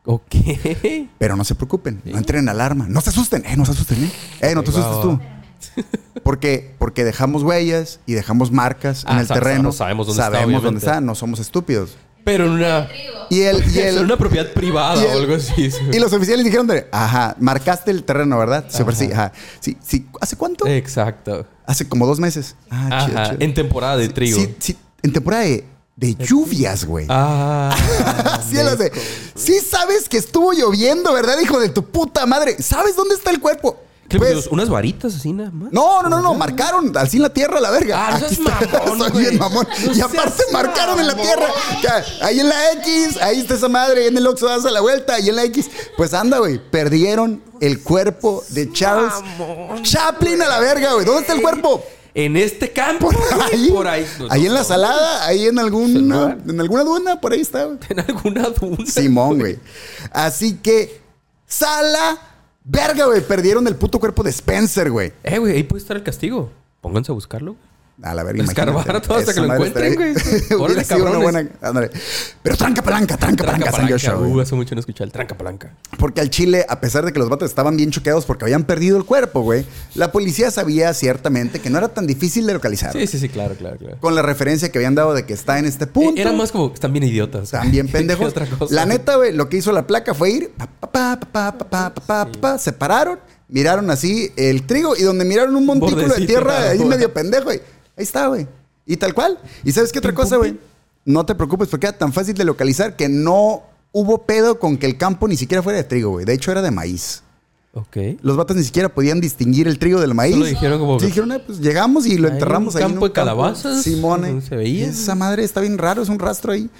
Ok.
Pero no se preocupen, no entren en alarma. No se asusten, eh, no se asusten, eh. Eh, no te
Ahí va,
asustes
va.
tú. Porque, porque dejamos huellas y dejamos marcas en
Ah,
el
sa-
terreno.
sabemos- sabemos dónde está,
Sabemos dónde
obviamente.
está, no somos estúpidos.
Pero en una.
Y el, y
en
el-
una propiedad privada
y
o
el-
algo así. sí.
y los oficiales dijeron de, ajá, marcaste el terreno, ¿verdad? Super,
Ajá.
sí, ajá. Sí, sí, ¿hace cuánto?
Exacto.
Hace como dos meses. Ah, chido,
Ajá.
chido.
En temporada de trigo.
Sí, sí, en temporada de, de lluvias, güey.
Ah.
Así es, hace. Sí sabes que estuvo lloviendo, ¿verdad, hijo de tu puta madre? ¿Sabes dónde está el cuerpo?
¿Qué
Pues,
le pusimos? unas varitas así nada más.
no, no, no, no, marcaron así en la tierra la verga.
Ah, no
Aquí
seas
está.
mamón,
Soy
güey.
bien mamón.
No
y aparte
seas
marcaron en la tierra. Que Ahí en la X, ahí está esa madre, en el Oxxo das a la vuelta, y en la X. Pues anda, güey, perdieron el cuerpo de Charles
Mamón,
Chaplin a la verga, güey. ¿Dónde está el cuerpo?
En este campo.
Por
güey,
ahí.
Por ahí. No,
ahí
no,
en la
no.
salada, ahí en alguna, en alguna duna, por ahí está, güey.
En alguna duna.
Simón, güey. Así que, sala, verga, güey. Perdieron el puto cuerpo de Spencer, güey.
Eh, güey, ahí puede estar el castigo. Pónganse a buscarlo.
A la verga,
Escarbar
imagínate.
todo hasta
Esa
que lo
madre
encuentren,
estaría-
güey.
Hubiera
Órale,
sido una
cabrones.
buena. ándale. Pero tranca palanca, tranca, palanca, San Joshua, güey.
Uh, hace mucho no escuché el tranca palanca.
Porque al Chile, a pesar de que los vatos estaban bien choqueados porque habían perdido el cuerpo, güey, la policía sabía ciertamente que no era tan difícil de localizar.
Sí, sí, sí, claro, claro, claro.
Con la referencia que habían dado de que está en este punto.
Eh, Era más como que están bien idiotas.
También
¿Qué
pendejos.
otra cosa?
La neta, güey, lo que hizo la placa fue ir, pa, pa, pa, pa, pa, pa, pa, pa, pa, pa, se pararon, miraron así el trigo y donde miraron un montículo de
Bordecito,
tierra
claro,
ahí
güey.
medio pendejo, güey. Ahí está, güey. Y tal cual. ¿Y sabes qué otra
Pim,
cosa,
pum,
güey?
pim.
No te preocupes porque era tan fácil de localizar que no hubo pedo con que el campo ni siquiera fuera de trigo, güey. De hecho, era de maíz.
Ok.
Los vatos ni siquiera podían distinguir el trigo del maíz.
Solo dijeron como
Sí,
que-
dijeron, "Ah, pues llegamos y lo
Hay
enterramos
un
ahí. en
campo de calabazas,
Simone.
no se veía.
Y eh. Esa madre está bien raro, es un rastro ahí.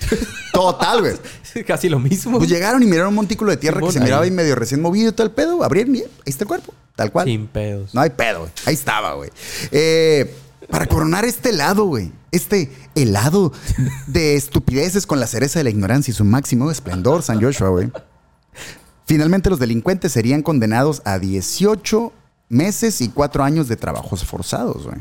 Total, güey.
Casi lo mismo.
Pues llegaron y miraron un montículo de tierra que
Simón,
se miraba
ahí.
ahí medio recién movido y todo el pedo. Abrieron y ahí está el cuerpo. Tal cual.
Sin pedos.
No hay pedo, güey. Ahí estaba, güey. Eh, para coronar este helado, güey. Este helado de estupideces con la cereza de la ignorancia y su máximo esplendor, San Joshua, güey. Finalmente, los delincuentes serían condenados a 18 meses y 4 años de trabajos forzados, güey.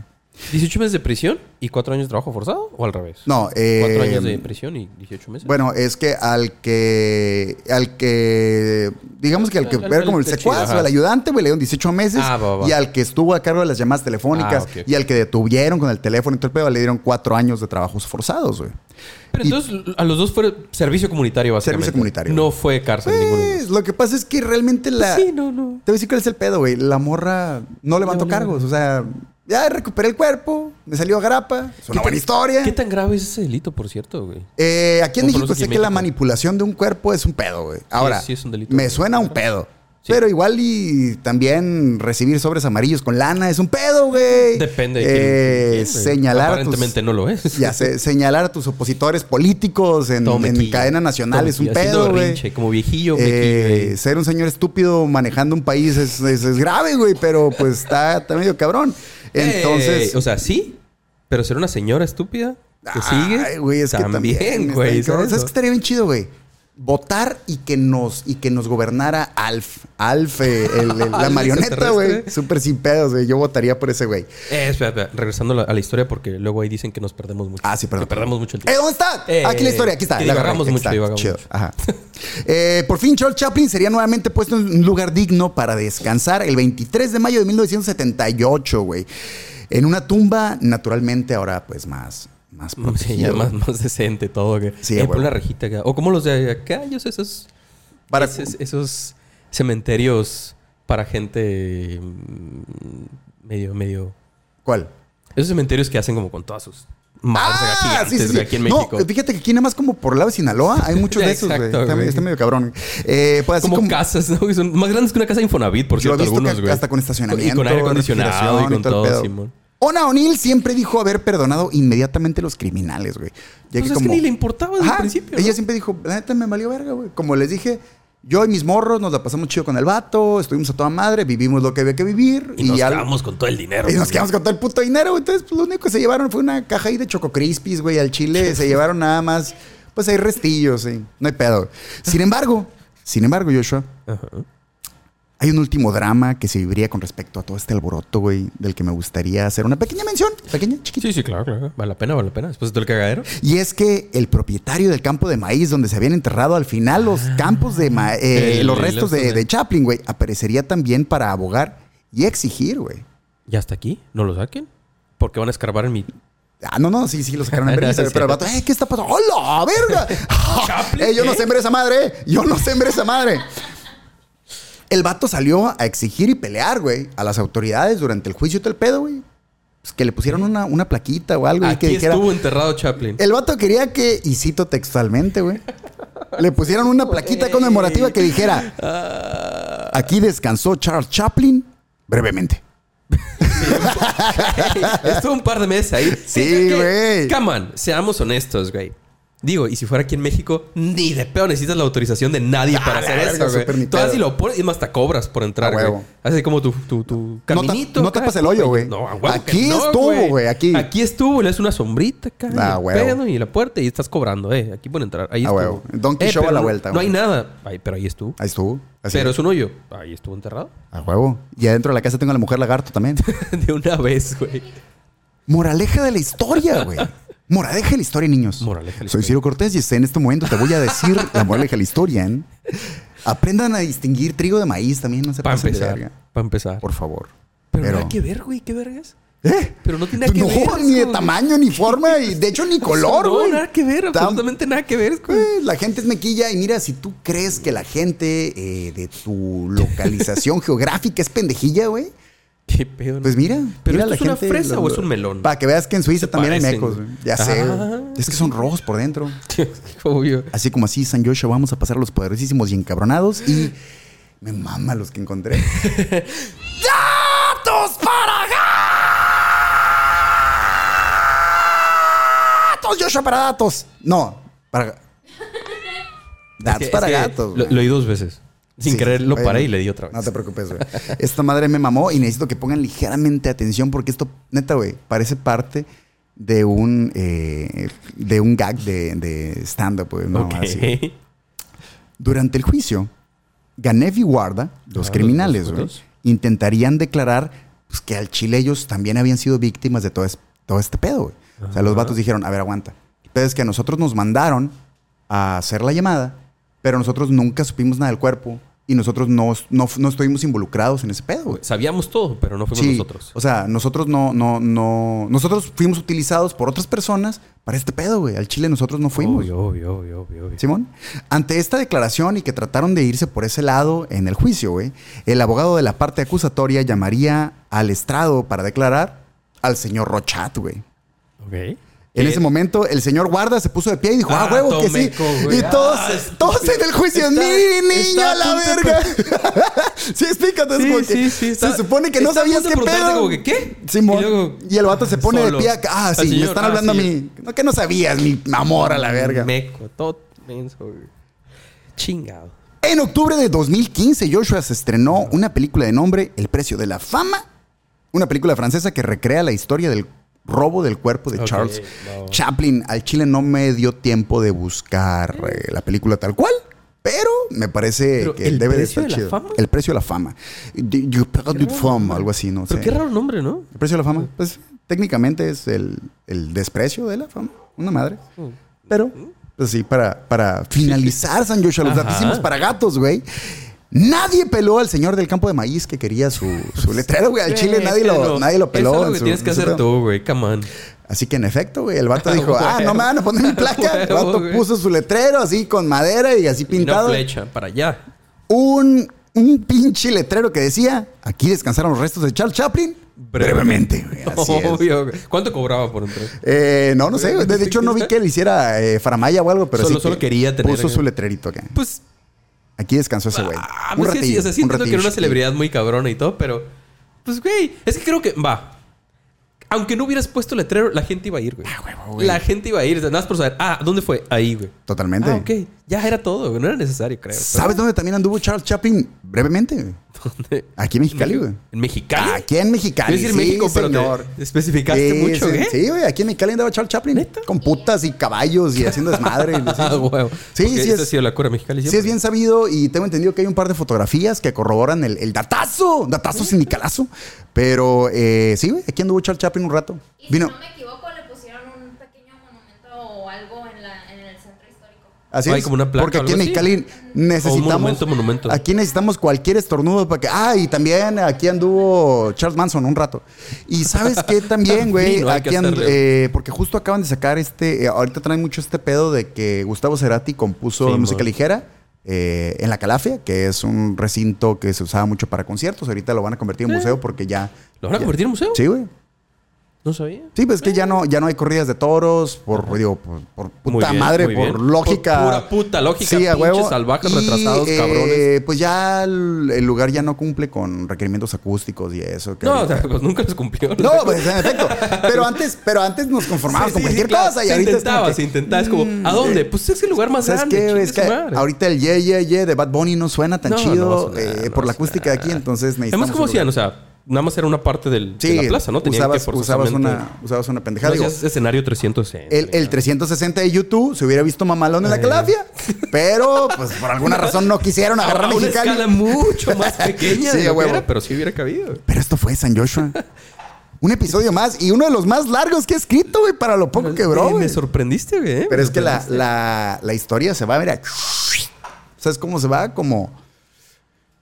18 meses de prisión y 4 años de trabajo forzado o al revés.
No,
4
eh,
años de prisión y 18 meses.
Bueno, es que al que. Al que. Digamos que al que
Al- al-
era como el
al chido,
secuaz o
ajá.
el ayudante, güey, le dieron 18 meses.
Ah, va, va.
Y al que estuvo a cargo de las llamadas telefónicas
Ah, ok, ok.
y al que detuvieron con el teléfono y todo el pedo, le dieron cuatro años de trabajos forzados, güey.
Pero
y-
entonces a los dos fue servicio comunitario, básicamente.
Servicio comunitario.
No fue cárcel ninguno. de los
Pues, lo que pasa es que realmente la.
dos. Sí, no, no.
Te voy a decir cuál es el pedo, güey. La morra no levantó
No, no,
cargos. O sea, ya recuperé el cuerpo, me salió a grapa. Es una
¿Qué
buena
tan-
historia.
¿Qué tan grave es ese delito, por cierto, güey?
Eh, aquí en
Como
México
conoce
sé
aquí
que
en
la
México.
manipulación de un cuerpo es un pedo, güey. Ahora,
sí es un delito,
me
güey.
suena a un pedo.
Sí.
Pero igual y también recibir sobres amarillos con lana es un pedo, güey.
Depende de
eh,
quién- quién, güey.
Señalar a tus-
Aparentemente no lo es.
Ya sé, señalar a tus opositores políticos en,
Todo
Mm, en
mequillo.
cadena nacional
Todo
es un
mequillo, haciendo
pedo, güey.
berrinche, Como viejillo,
Eh,
mequillo,
ser un señor estúpido manejando un país es, es- es grave, güey, pero pues está, está medio cabrón.
güey.
Entonces,
Eh, o sea, sí, pero ser una señora estúpida que sigue.
Ay, güey, es que también,
también, güey.
está bien cabrón. ¿Sabes
¿sabes?
qué estaría bien chido, güey? Votar y que nos y que nos gobernara Alf. Alf, eh, el- el- la
Alf
marioneta, güey.
extraterrestre.
Súper sin pedos, güey. Yo votaría por ese güey.
Eh, espera, espera, regresando a la, a la historia porque luego ahí dicen que nos perdemos mucho.
Ah, sí, perdón.
Que perdemos mucho el
¿Eh,
tiempo.
¿Dónde está?
Eh,
aquí la historia, aquí está.
que
La agarré,
divagamos
aquí
mucho,
está.
divagamos
Chido.
mucho.
Ajá. Eh, por fin, Charles Chaplin sería nuevamente puesto en un lugar digno para descansar el 23 de mayo de 1978, güey. En una tumba, naturalmente, ahora pues más, más
Mm, Sí, ya
protegida.
más, más decente todo. Que,
Sí,
Eh,
a
pon
huevo.
la rejita acá. O como los de acá, yo sé, esos,
Para-
esos, esos cementerios para gente mm, medio, medio...
¿Cuál?
Esos cementerios que hacen como con todas sus madres acá
Ah,
gigantes,
sí, sí, sí.
güey, aquí en
No,
México.
fíjate que aquí nada más como por el lado de Sinaloa hay muchos de esos, güey.
Exacto,
Está,
güey.
está medio cabrón. Eh, pues así
como,
como,
casas, ¿no? Que Son más grandes que una casa de Infonavit, por
Yo he
cierto,
visto que
algunos, güey.
hasta con estacionamiento,
Y con aire acondicionado y
refrigeración y
con
todo el
todo,
pedo.
Simón.
Ona O'Neill siempre dijo haber perdonado inmediatamente a los criminales, güey. Ya
Pues es que ni le importaba desde el principio,
Ella
¿no?
siempre dijo, la neta me valió verga, güey. Como les dije, yo y mis morros nos la pasamos chido con el vato, estuvimos a toda madre, vivimos lo que había que vivir.
Y, nos
ya-
quedamos con todo el dinero.
y nos
también.
quedamos con todo el puto dinero, güey. Entonces, pues, lo único que se llevaron fue una caja ahí de Choco Crispies, güey, al Chile. Se llevaron nada más, pues hay restillos, sí. No hay pedo. Sin embargo, sin embargo, Joshua,
Ajá.
hay un último drama que se viviría con respecto a todo este alboroto, güey, del que me gustaría hacer una pequeña mención. Pequeña, chiquita.
Sí, sí, claro, claro. Vale la pena, vale la pena. Después de todo el cagadero.
Y es que el propietario del campo de maíz donde se habían enterrado al final los campos de ma- eh,
Ah, El-
los
el
restos de,
resto de-
de Chaplin, güey, aparecería también para abogar y exigir, güey.
Ya hasta aquí. No lo saquen. Porque van a escarbar en mi.
Ah, no, no, sí, sí, lo sacaron en verga.
Sí,
pero el vato, "Eh, ¿qué está pasando? ¡Hola, verga!
Chaplin,
Eh, yo no
¿eh?
sembré esa madre, eh. yo no sembré esa madre. El vato salió a exigir y pelear, güey, a las autoridades durante el juicio y todo el pedo, güey. Pues que le pusieron una, una plaquita o algo. y que
Aquí
dijera,
estuvo enterrado Chaplin.
El vato quería que, y cito textualmente, güey, le pusieron una plaquita conmemorativa que dijera:
Ah.
Aquí descansó Charles Chaplin brevemente.
estuvo un par de meses ahí.
Sí,
Es que-
güey.
Come on, seamos honestos, güey. Digo, y si fuera aquí en México, ni de pedo necesitas la autorización de nadie para hacer
Ah, la verga,
eso,
súper ni
güey. Tú así
pedo.
lo pones y más te cobras por entrar,
A
güey.
huevo.
Así como tu, tu, tu
No ta-
caminito.
no
acá.
tapas el hoyo, güey.
No, a huevo que
Aquí
no,
estuvo, güey, aquí.
Aquí estuvo, le es una sombrita acá.
Ah,
el
huevo.
pedo y la puerta y estás cobrando, eh. Aquí por entrar. Ahí
Ah,
estuvo. Eh,
huevo. Donkey Show a
pero
la
no-
vuelta,
No
güey. Ah,
hay nada. Ay, pero ahí estuvo.
Ahí estuvo. Así,
pero es un hoyo. Ahí estuvo enterrado.
a huevo. Y adentro de la casa tengo a la mujer lagarto también.
de una vez, güey.
Moraleja de la historia, güey. Moraleja de la historia, niños.
Moraleja de la
Soy
historia.
Ciro Cortés y en este momento te voy a decir la moraleja de la historia. ¿eh? Aprendan a distinguir trigo de maíz también, no se
Para
pasen de
empezar.
verga.
Para empezar.
Por favor.
Pero,
Pero-
nada que ver, güey. ¿Qué vergas?
¿Eh?
Pero no tiene nada que
no,
ver.
ni de
güey.
tamaño, ni forma, y de hecho ni color,
No,
güey.
nada que ver.
Está-
Absolutamente nada que ver, güey.
Eh, La gente es mequilla y mira, si tú crees que la gente eh, de tu localización geográfica es pendejilla, güey,
Qué pedo. ¿no?
pues mira.
¿Pero
mira
esto
la
es una
gente,
fresa
lo-
o es un melón?
Para que veas que en Suiza
Se
también hay
parecen,
mecos,
güey.
güey. ya sé.
Ah.
güey. Es que son rojos por dentro.
Obvio.
Así como así, San Joshua, vamos a pasar a los poderosísimos y encabronados y me mama los que encontré. ¡Datos para gatos! Joshua, para datos. No, para... Datos
Es
para
que
gatos.
Lo,
güey.
lo oí dos veces. Sin
Sí,
querer
sí.
lo
Oye,
paré
no-
y le di otra vez.
No te preocupes, güey. Esta madre me mamó y necesito que pongan ligeramente atención porque esto, neta, güey, parece parte de un eh, de un gag de, de stand-up, güey. una
Ok.
mamada así. Durante el juicio, Ganev y Warda, los
Ah,
criminales,
los
güey,
otros.
intentarían declarar pues, que al Chile ellos también habían sido víctimas de todo, es- todo este pedo, güey. O sea, los vatos dijeron, a ver, aguanta. Ustedes que a nosotros nos mandaron a hacer la llamada, pero nosotros nunca supimos nada del cuerpo y nosotros no, no, no estuvimos involucrados en ese pedo, güey.
Sabíamos todo, pero no fuimos
Sí,
nosotros.
o sea, nosotros no, no, no, nosotros fuimos utilizados por otras personas para este pedo, güey. Al Chile nosotros no fuimos.
Obvio, obvio, obvio, obvio. obvio.
Simón, ante esta declaración y que trataron de irse por ese lado en el juicio, güey, el abogado de la parte acusatoria llamaría al estrado para declarar al señor Rochat, güey.
Ok.
En
Eh,
ese momento, el señor guarda se puso de pie y dijo, ah,
Ah,
huevo, que sí.
Tomeco, güey.
Y todos,
Ah, estúpido.
todos en el juicio,
Está-
mi niño,
está
a la
a punto de
verga. sí, explícate, es
Sí,
como que
sí, sí, está-
se supone que no
está a
sabías qué
punto de preguntarte
pedo.
como que, ¿qué?
Simón.
Y
Y,
luego-
el vato se pone
Solo.
de pie acá, ah,
Al
sí, me
señor,
están
ah,
hablando
sí. Mm,
a mí. No, que no sabías, mi amor, a la verga.
Meco, todo menso, güey. Chingado.
En octubre de 2015, Joshua se estrenó una película de nombre El precio de la fama, una película francesa que recrea la historia del robo del cuerpo de
Ok,
Charles
no.
Chaplin. Al chile no me dio tiempo de buscar eh, la película tal cual. Pero me parece
Pero,
que
¿El
debe de
precio
estar
de la
chido.
fama?
El precio de la fama. De- You
Qué
perdu
raro
fama,
nombre.
algo así, no
Pero
sé.
qué raro nombre, ¿no?
El precio de la fama, pues técnicamente es el, el desprecio de la fama. Una madre.
Mm.
Pero, pues sí, para, para finalizar, San Joshua, los
Ajá.
datísimos para gatos, güey. Nadie peló al señor del campo de maíz que quería su, su letrero, güey. Al chile
Eh,
nadie lo,
pero
nadie lo peló.
Es algo
en
que
su-
tienes que
en su
hacer
pedo.
tú, güey. Come on.
Así que en efecto, güey, el vato
Ah,
dijo, ah, no
huevo.
me van a poner mi placa. El
Huevo,
vato
güey.
puso su letrero así con madera y así
Y no
pintado.
flecha, para allá.
un, un pinche letrero que decía, aquí descansaron los restos de Charles Chaplin. Brevemente, güey. Así es.
Obvio, güey. ¿Cuánto cobraba por entrar?
Eh, no, no sé. güey. De hecho, no vi que le hiciera eh, faramaya o algo, pero
Solo-
sí
solo
que
quería tener-
Puso su letrerito acá.
Pues,
Aquí descansó ese güey.
ah,
un
pues que
ratillo.
sí, o sea, sí
un
entiendo que
ratillo
era una
chiquillo.
celebridad muy cabrona y todo, pero... Pues, güey, es que creo que... Va. Aunque no hubieras puesto letrero, la gente iba a ir, güey.
Ah,
La gente iba a ir. Nada más por saber. Ah, ¿dónde fue? Ahí, güey.
Totalmente.
Ah, ok. Ya era todo, güey. No era necesario, creo.
¿Sabes dónde también anduvo Charles Chaplin? Brevemente.
¿Dónde?
Aquí en Mexicali, güey. Ah,
¿En Mexicali?
Aquí en Mexicali.
Quiero decir México, pero
señor.
te especificaste
Sí,
mucho,
sí,
¿eh?
Sí, güey. Aquí en Mexicali andaba Charles Chaplin. Con putas y caballos y haciendo desmadre. y así.
Ah, huevo.
Sí,
Porque
sí
esa ha
es-
sido la cura mexicana.
Sí, es bien sabido y tengo entendido que hay un par de fotografías que corroboran el, el datazo, datazo sindicalazo. Pero eh, sí, güey, aquí anduvo Charles Chaplin un rato.
Y
Vino.
si no me equivoco, le pusieron un pequeño monumento o algo en, la, en el centro histórico.
Así
Hay
es.
como una placa
Porque
o
aquí en
algo así.
Mexicali
O un
necesitamos.
monumento, monumento.
Aquí necesitamos cualquier estornudo para que. Ah, y también aquí anduvo Charles Manson un rato. Y sabes qué también, güey.
También, ¿no? Hay que
aquí and-
hacerle.
eh, porque justo acaban de sacar este. eh, ahorita traen mucho este pedo de que Gustavo Cerati compuso
Sí,
música
mon.
ligera. eh, en la Calafia, que es un recinto que se usaba mucho para conciertos, ahorita lo van a convertir en museo porque ya.
¿Lo van a
ya-
convertir en museo?
Sí, güey.
No sabía.
Sí, pues es que ya no, ya no hay corridas de toros, por, digo, por, por
Muy
puta
bien,
madre,
muy
por
bien.
lógica.
Por pura puta lógica,
Sí, a
pinches
huevo.
salvajes,
Y,
retrasados,
eh,
cabrones.
Pues ya el, el lugar ya no cumple con requerimientos acústicos y eso. que
No, o
ahorita-
sea, pues nunca los cumplió.
no, pues en efecto. Pero antes, pero antes nos conformábamos con
Sí, sí,
cualquier
sí, claro.
cosa y
se
ahorita. es como
intentaba,
que, mm, eh,
se intentaba. Es como, ¿a dónde? Pues es el lugar más
¿Sabes
grande.
qué? güey?
chingue
Es
su
que
madre.
ahorita el ye, ye, ye de Bad Bunny no suena tan
No, no va a
chido
sonar,
eh,
no
por
va
la
a
acústica de aquí,
sonar.
entonces necesitamos.
Además, ¿cómo
un lugar.
hacían? O sea, nada más era una parte del, de la plaza, ¿no? Tenían
usabas,
que
usabas
forzosamente-
una, usabas una
No,
pendejada.
si
digo,
es escenario 360.
El, el 360 de YouTube se hubiera visto mamalón
Eh.
en la calafia, pero pues por alguna razón no quisieron agarrar
a
a
una escala
Mexicali.
mucho más pequeña
Sí,
de
a
lo que
huevo.
era, pero sí hubiera cabido.
Pero esto fue San Joshua. Un episodio más y uno de los más largos que he escrito, güey, para lo poco que
Eh,
bro.
Me
güey.
sorprendiste, güey. eh,
Pero
me
es que la,
sorprendiste.
la, la historia se va, mira. ¿Sabes cómo se va? Como.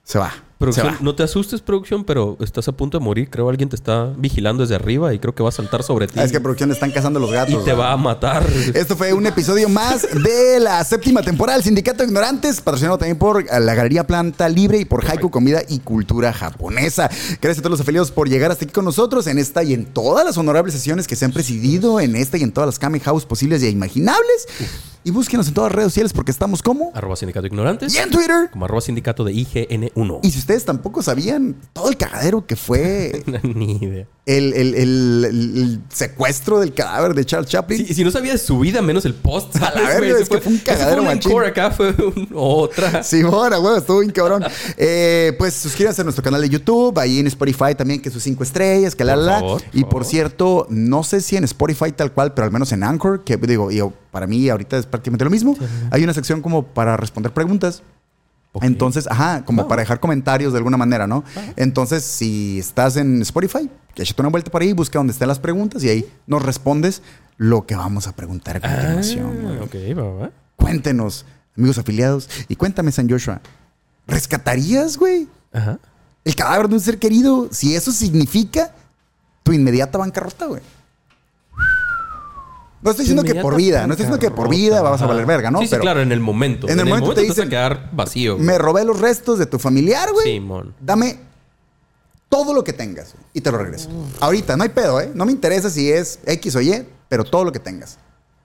Se va. Se
Producción,
va.
no te asustes, producción, pero estás a punto de morir. Creo alguien te está vigilando desde arriba y creo que va a saltar sobre ti.
Ah, Es que producción están cazando los gatos.
y te
güey.
va a matar.
Esto fue un episodio más de la séptima temporada del Sindicato de Ignorantes, patrocinado también por la Galería Planta Libre y por Haiku Comida y Cultura Japonesa. Gracias a todos los afiliados por llegar hasta aquí con nosotros en esta y en todas las honorables sesiones que se han presidido, en esta y en todas las Kame House posibles e imaginables. Y búsquenos en todas las redes sociales porque estamos como
arroba sindicato ignorantes.
y en Twitter.
Como arroba sindicato de IGN1.
Y si ustedes tampoco sabían todo el cagadero que fue
Ni idea.
el, el- el- el secuestro del cadáver de Charles Chaplin.
Sí, y si no sabías su vida, menos el post. ¿sabes,
verga,
güey?
es
Ese
que fue un
ese
cagadero
un
machín.
encore acá fue un- otra.
Sí, ahora, güey, estuvo bien cabrón. Eh, pues suscríbanse a nuestro canal de YouTube, ahí en Spotify también, que sus cinco estrellas, que la
Por
la. la.
favor, por
y por
favor.
cierto, no sé si en Spotify tal cual, pero al menos en Anchor, que digo, y para mí ahorita es prácticamente lo mismo. Hay una sección como para responder preguntas.
Ok.
Entonces, ajá, como
Ah.
para dejar comentarios de alguna manera, ¿no? Entonces, si estás en Spotify, échate una vuelta por ahí, busca donde están las preguntas y ahí nos respondes lo que vamos a preguntar a
Ah,
continuación. güey.
ok, va, va.
Cuéntenos, amigos afiliados, y cuéntame, San Joshua, ¿rescatarías, güey,
Ajá.
el cadáver de un ser querido si eso significa tu inmediata bancarrota, güey? No estoy diciendo que por vida, no estoy diciendo que por vida vas a valer verga, ¿no?
Sí, sí,
Pero
claro, en el momento.
en el momento te
vas a
dicen,
quedar vacío. güey.
me robé los restos de tu familiar, güey.
Simón.
Dame todo lo que tengas güey, y te lo regreso. Ahorita, no hay pedo, ¿eh? No me interesa si es X o Y, pero todo lo que tengas.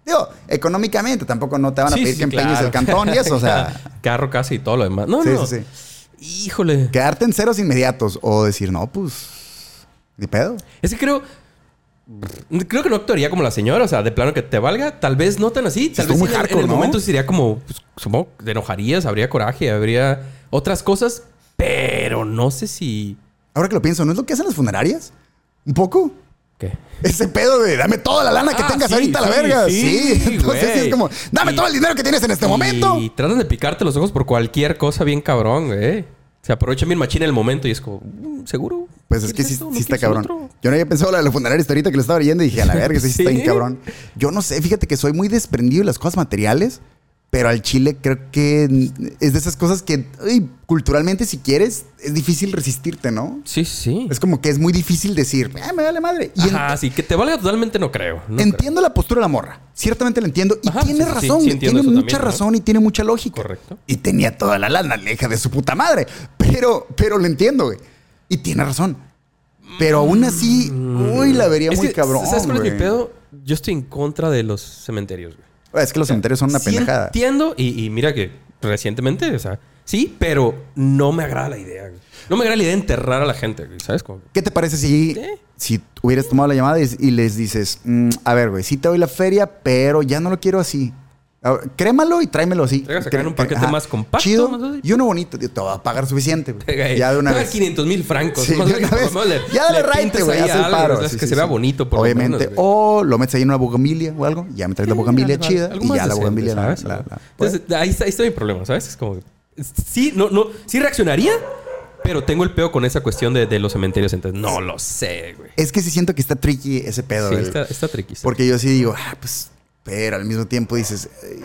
Digo, económicamente tampoco no te van a
Sí,
pedir
sí,
que empeñes
claro.
el cantón y eso, o sea.
Carro, casa y todo lo demás. No,
Sí,
no.
sí,
Híjole.
quedarte en ceros inmediatos o decir, no, pues, ni pedo.
Es que creo. Creo que no actuaría como la señora, o sea, de plano que te valga, tal vez no tan así. Tal
estuvo
vez
muy
en, el- en
hardcore,
el
¿no?
momento sería como, pues, supongo, que te enojarías, habría coraje, habría otras cosas, pero no sé si.
Ahora que lo pienso, ¿no es lo que hacen las funerarias? Un poco.
¿Qué?
Ese pedo de dame toda la lana que
Ah,
tengas
sí,
ahorita a la
sí,
verga. Sí,
sí,
entonces sí
güey.
es como, dame
Y-
todo el dinero que tienes en este
Y
momento.
tratan de picarte los ojos por cualquier cosa bien cabrón, güey. Se aprovecha bien machina el momento y es como, "Mm, ¿seguro?
Pues es que
¿Quieres
sí,
esto? ¿No
sí está
quieres
cabrón.
otro?"
Yo no había pensado la de los funerarios hasta ahorita que lo estaba leyendo y dije, a la verga, sí, sí está bien
Sí.
cabrón. Yo no sé, fíjate que soy muy desprendido de las cosas materiales, pero al chile creo que es de esas cosas que ay, culturalmente, si quieres, es difícil resistirte, ¿no?
Sí, sí.
Es como que es muy difícil decir, "Ah, me vale madre. Y
Ajá, sí, que te valga totalmente no creo. no creo.
Entiendo la postura de la morra. Ciertamente la entiendo. Y
Ajá,
tiene
sí, sí,
razón.
sí,
güey. tiene
entiendo
mucha
eso también, ¿no?
razón y tiene mucha lógica.
Correcto.
Y tenía toda la lana, la hija de su puta madre. Pero, pero lo entiendo, güey. Y tiene razón. Pero aún así, uy, la vería
Es
muy
que,
cabrón.
¿Sabes cuál es mi
güey.
pedo? Yo estoy en contra de los cementerios, güey.
Es que los cementerios son una
Sí
pendejada.
Entiendo, y, y mira que recientemente, o sea, Sí, pero no me agrada la idea. güey. No me agrada la idea de enterrar a la gente, güey, ¿sabes? Como,
¿Qué te parece si, si hubieras tomado la llamada y, y les dices, "Mm, a ver, güey, sí te doy la feria, pero ya no lo quiero así? A ver, crémalo y tráemelo así.
Traigas acá
Cre-
en un paquete
ajá.
más compacto, más
Chido.
así.
Y uno bonito. Digo, Te va a pagar suficiente. güey. Ya de una vez.
500 mil francos.
Sí,
Más
de
bien,
una vez.
por lo menos le-
Ya dale
le
raite,
pintas
güey.
ahí
Haz el
algo,
paro.
o sea,
Sí,
que
sí,
se vea
sí.
bonito, por lo
Obviamente.
menos, güey.
o lo metes ahí en una bugambilia o algo. Ya me traes la bugambilia
Algo-
chida.
algo
Y
más
ya la
decente,
bugambilia la,
¿sabes?
la- la-
Entonces, ahí está, ahí está mi problema, ¿sabes? Es como. Sí, no, no. Sí reaccionaría, pero tengo el peo con esa cuestión de, de los cementerios. Entonces, no lo sé, güey.
Es que sí siento que está tricky ese pedo.
Sí,
del-
está, está tricky. está
Porque yo sí digo, ah, pues, pero al mismo tiempo dices, "Ey,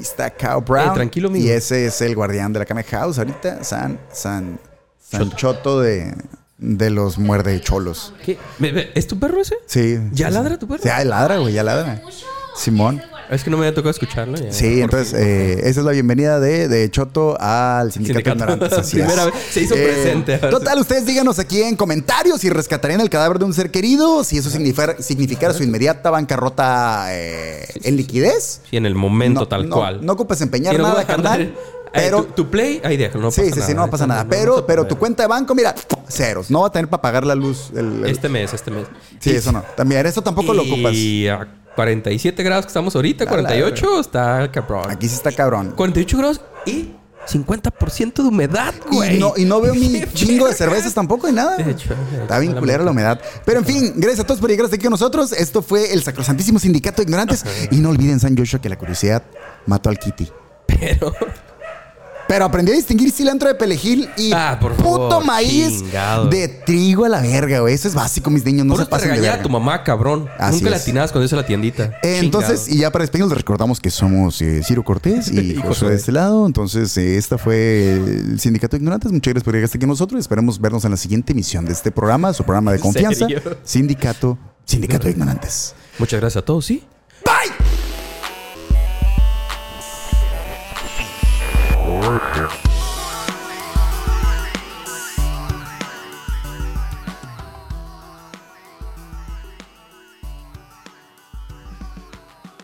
está Cow Brown.
Eh, tranquilo, amigo.
Y ese es el guardián de la Kame House ahorita, San, San, San Choto, de, de los muerde cholos.
¿Qué? Ve- ve, ¿Es tu perro ese?
Sí.
¿Ya
sí,
ladra
sí.
tu perro?
Sí, ah, ladra, güey, ya ladra.
Mucho.
Simón.
Es el guardián.
Es que no me había tocado escucharlo. ya.
Sí, entonces, eh, esa es la bienvenida de, de Choto al Sindicato, de
Sindicato.
Ignorantes. así es. Eh,
Primera vez, se hizo presente.
Total, ustedes díganos aquí en comentarios si rescatarían el cadáver de un ser querido, si eso significar- significara su inmediata bancarrota eh, en liquidez.
Sí, en el momento tal
no,
cual.
No ocupes empeñar
Sí, no
nada,
voy a dejar
carnal.
nadie- Ay,
Pero.
tu, tu play, ahí déjalo. No
sí,
pasa
sí,
nada. ¿eh?
sí, no pasa nada.
no
Pero,
pasa
pero
nada.
tu cuenta de banco, mira, ceros. No va a tener para pagar la luz. el- el-
Este mes, este mes.
sí, eso no. También, eso tampoco lo ocupas.
Y a 47 grados que estamos ahorita, 48, está cabrón.
Aquí sí está cabrón.
48 grados y 50% de humedad, güey.
Y no, y no veo mi
Qué
chingo de
verga.
cervezas tampoco y nada.
De hecho, de
Está
hecho,
bien
la
culera la humedad. Pero en fin, gracias a todos por llegar hasta aquí con nosotros. Esto fue el Sacrosantísimo Sindicato de Ignorantes. Y no olviden, San Joshua, que la curiosidad mató al Kitty.
Pero.
Pero aprendí a distinguir cilantro de pelejil y
Ah, por
puto
favor,
maíz
chingado.
de trigo a la verga, güey. Eso es básico, mis niños. No
por
se
eso te
pasen de
regañaba
verga.
tu mamá, cabrón.
Así
Nunca le
es.
atinabas cuando hizo la tiendita.
Eh, Entonces,
Chingado.
y ya para despedirnos, les recordamos que somos eh, Ciro Cortés y
Y
Josué
Josué.
de este lado. Entonces, eh, esta fue el Sindicato de Ignorantes. Muchas gracias por llegar hasta aquí con nosotros. Esperemos vernos en la siguiente emisión de este programa, su programa de
¿En
confianza.
serio?
Sindicato, Sindicato de Ignorantes.
Muchas gracias a todos, sí.
¡Bye!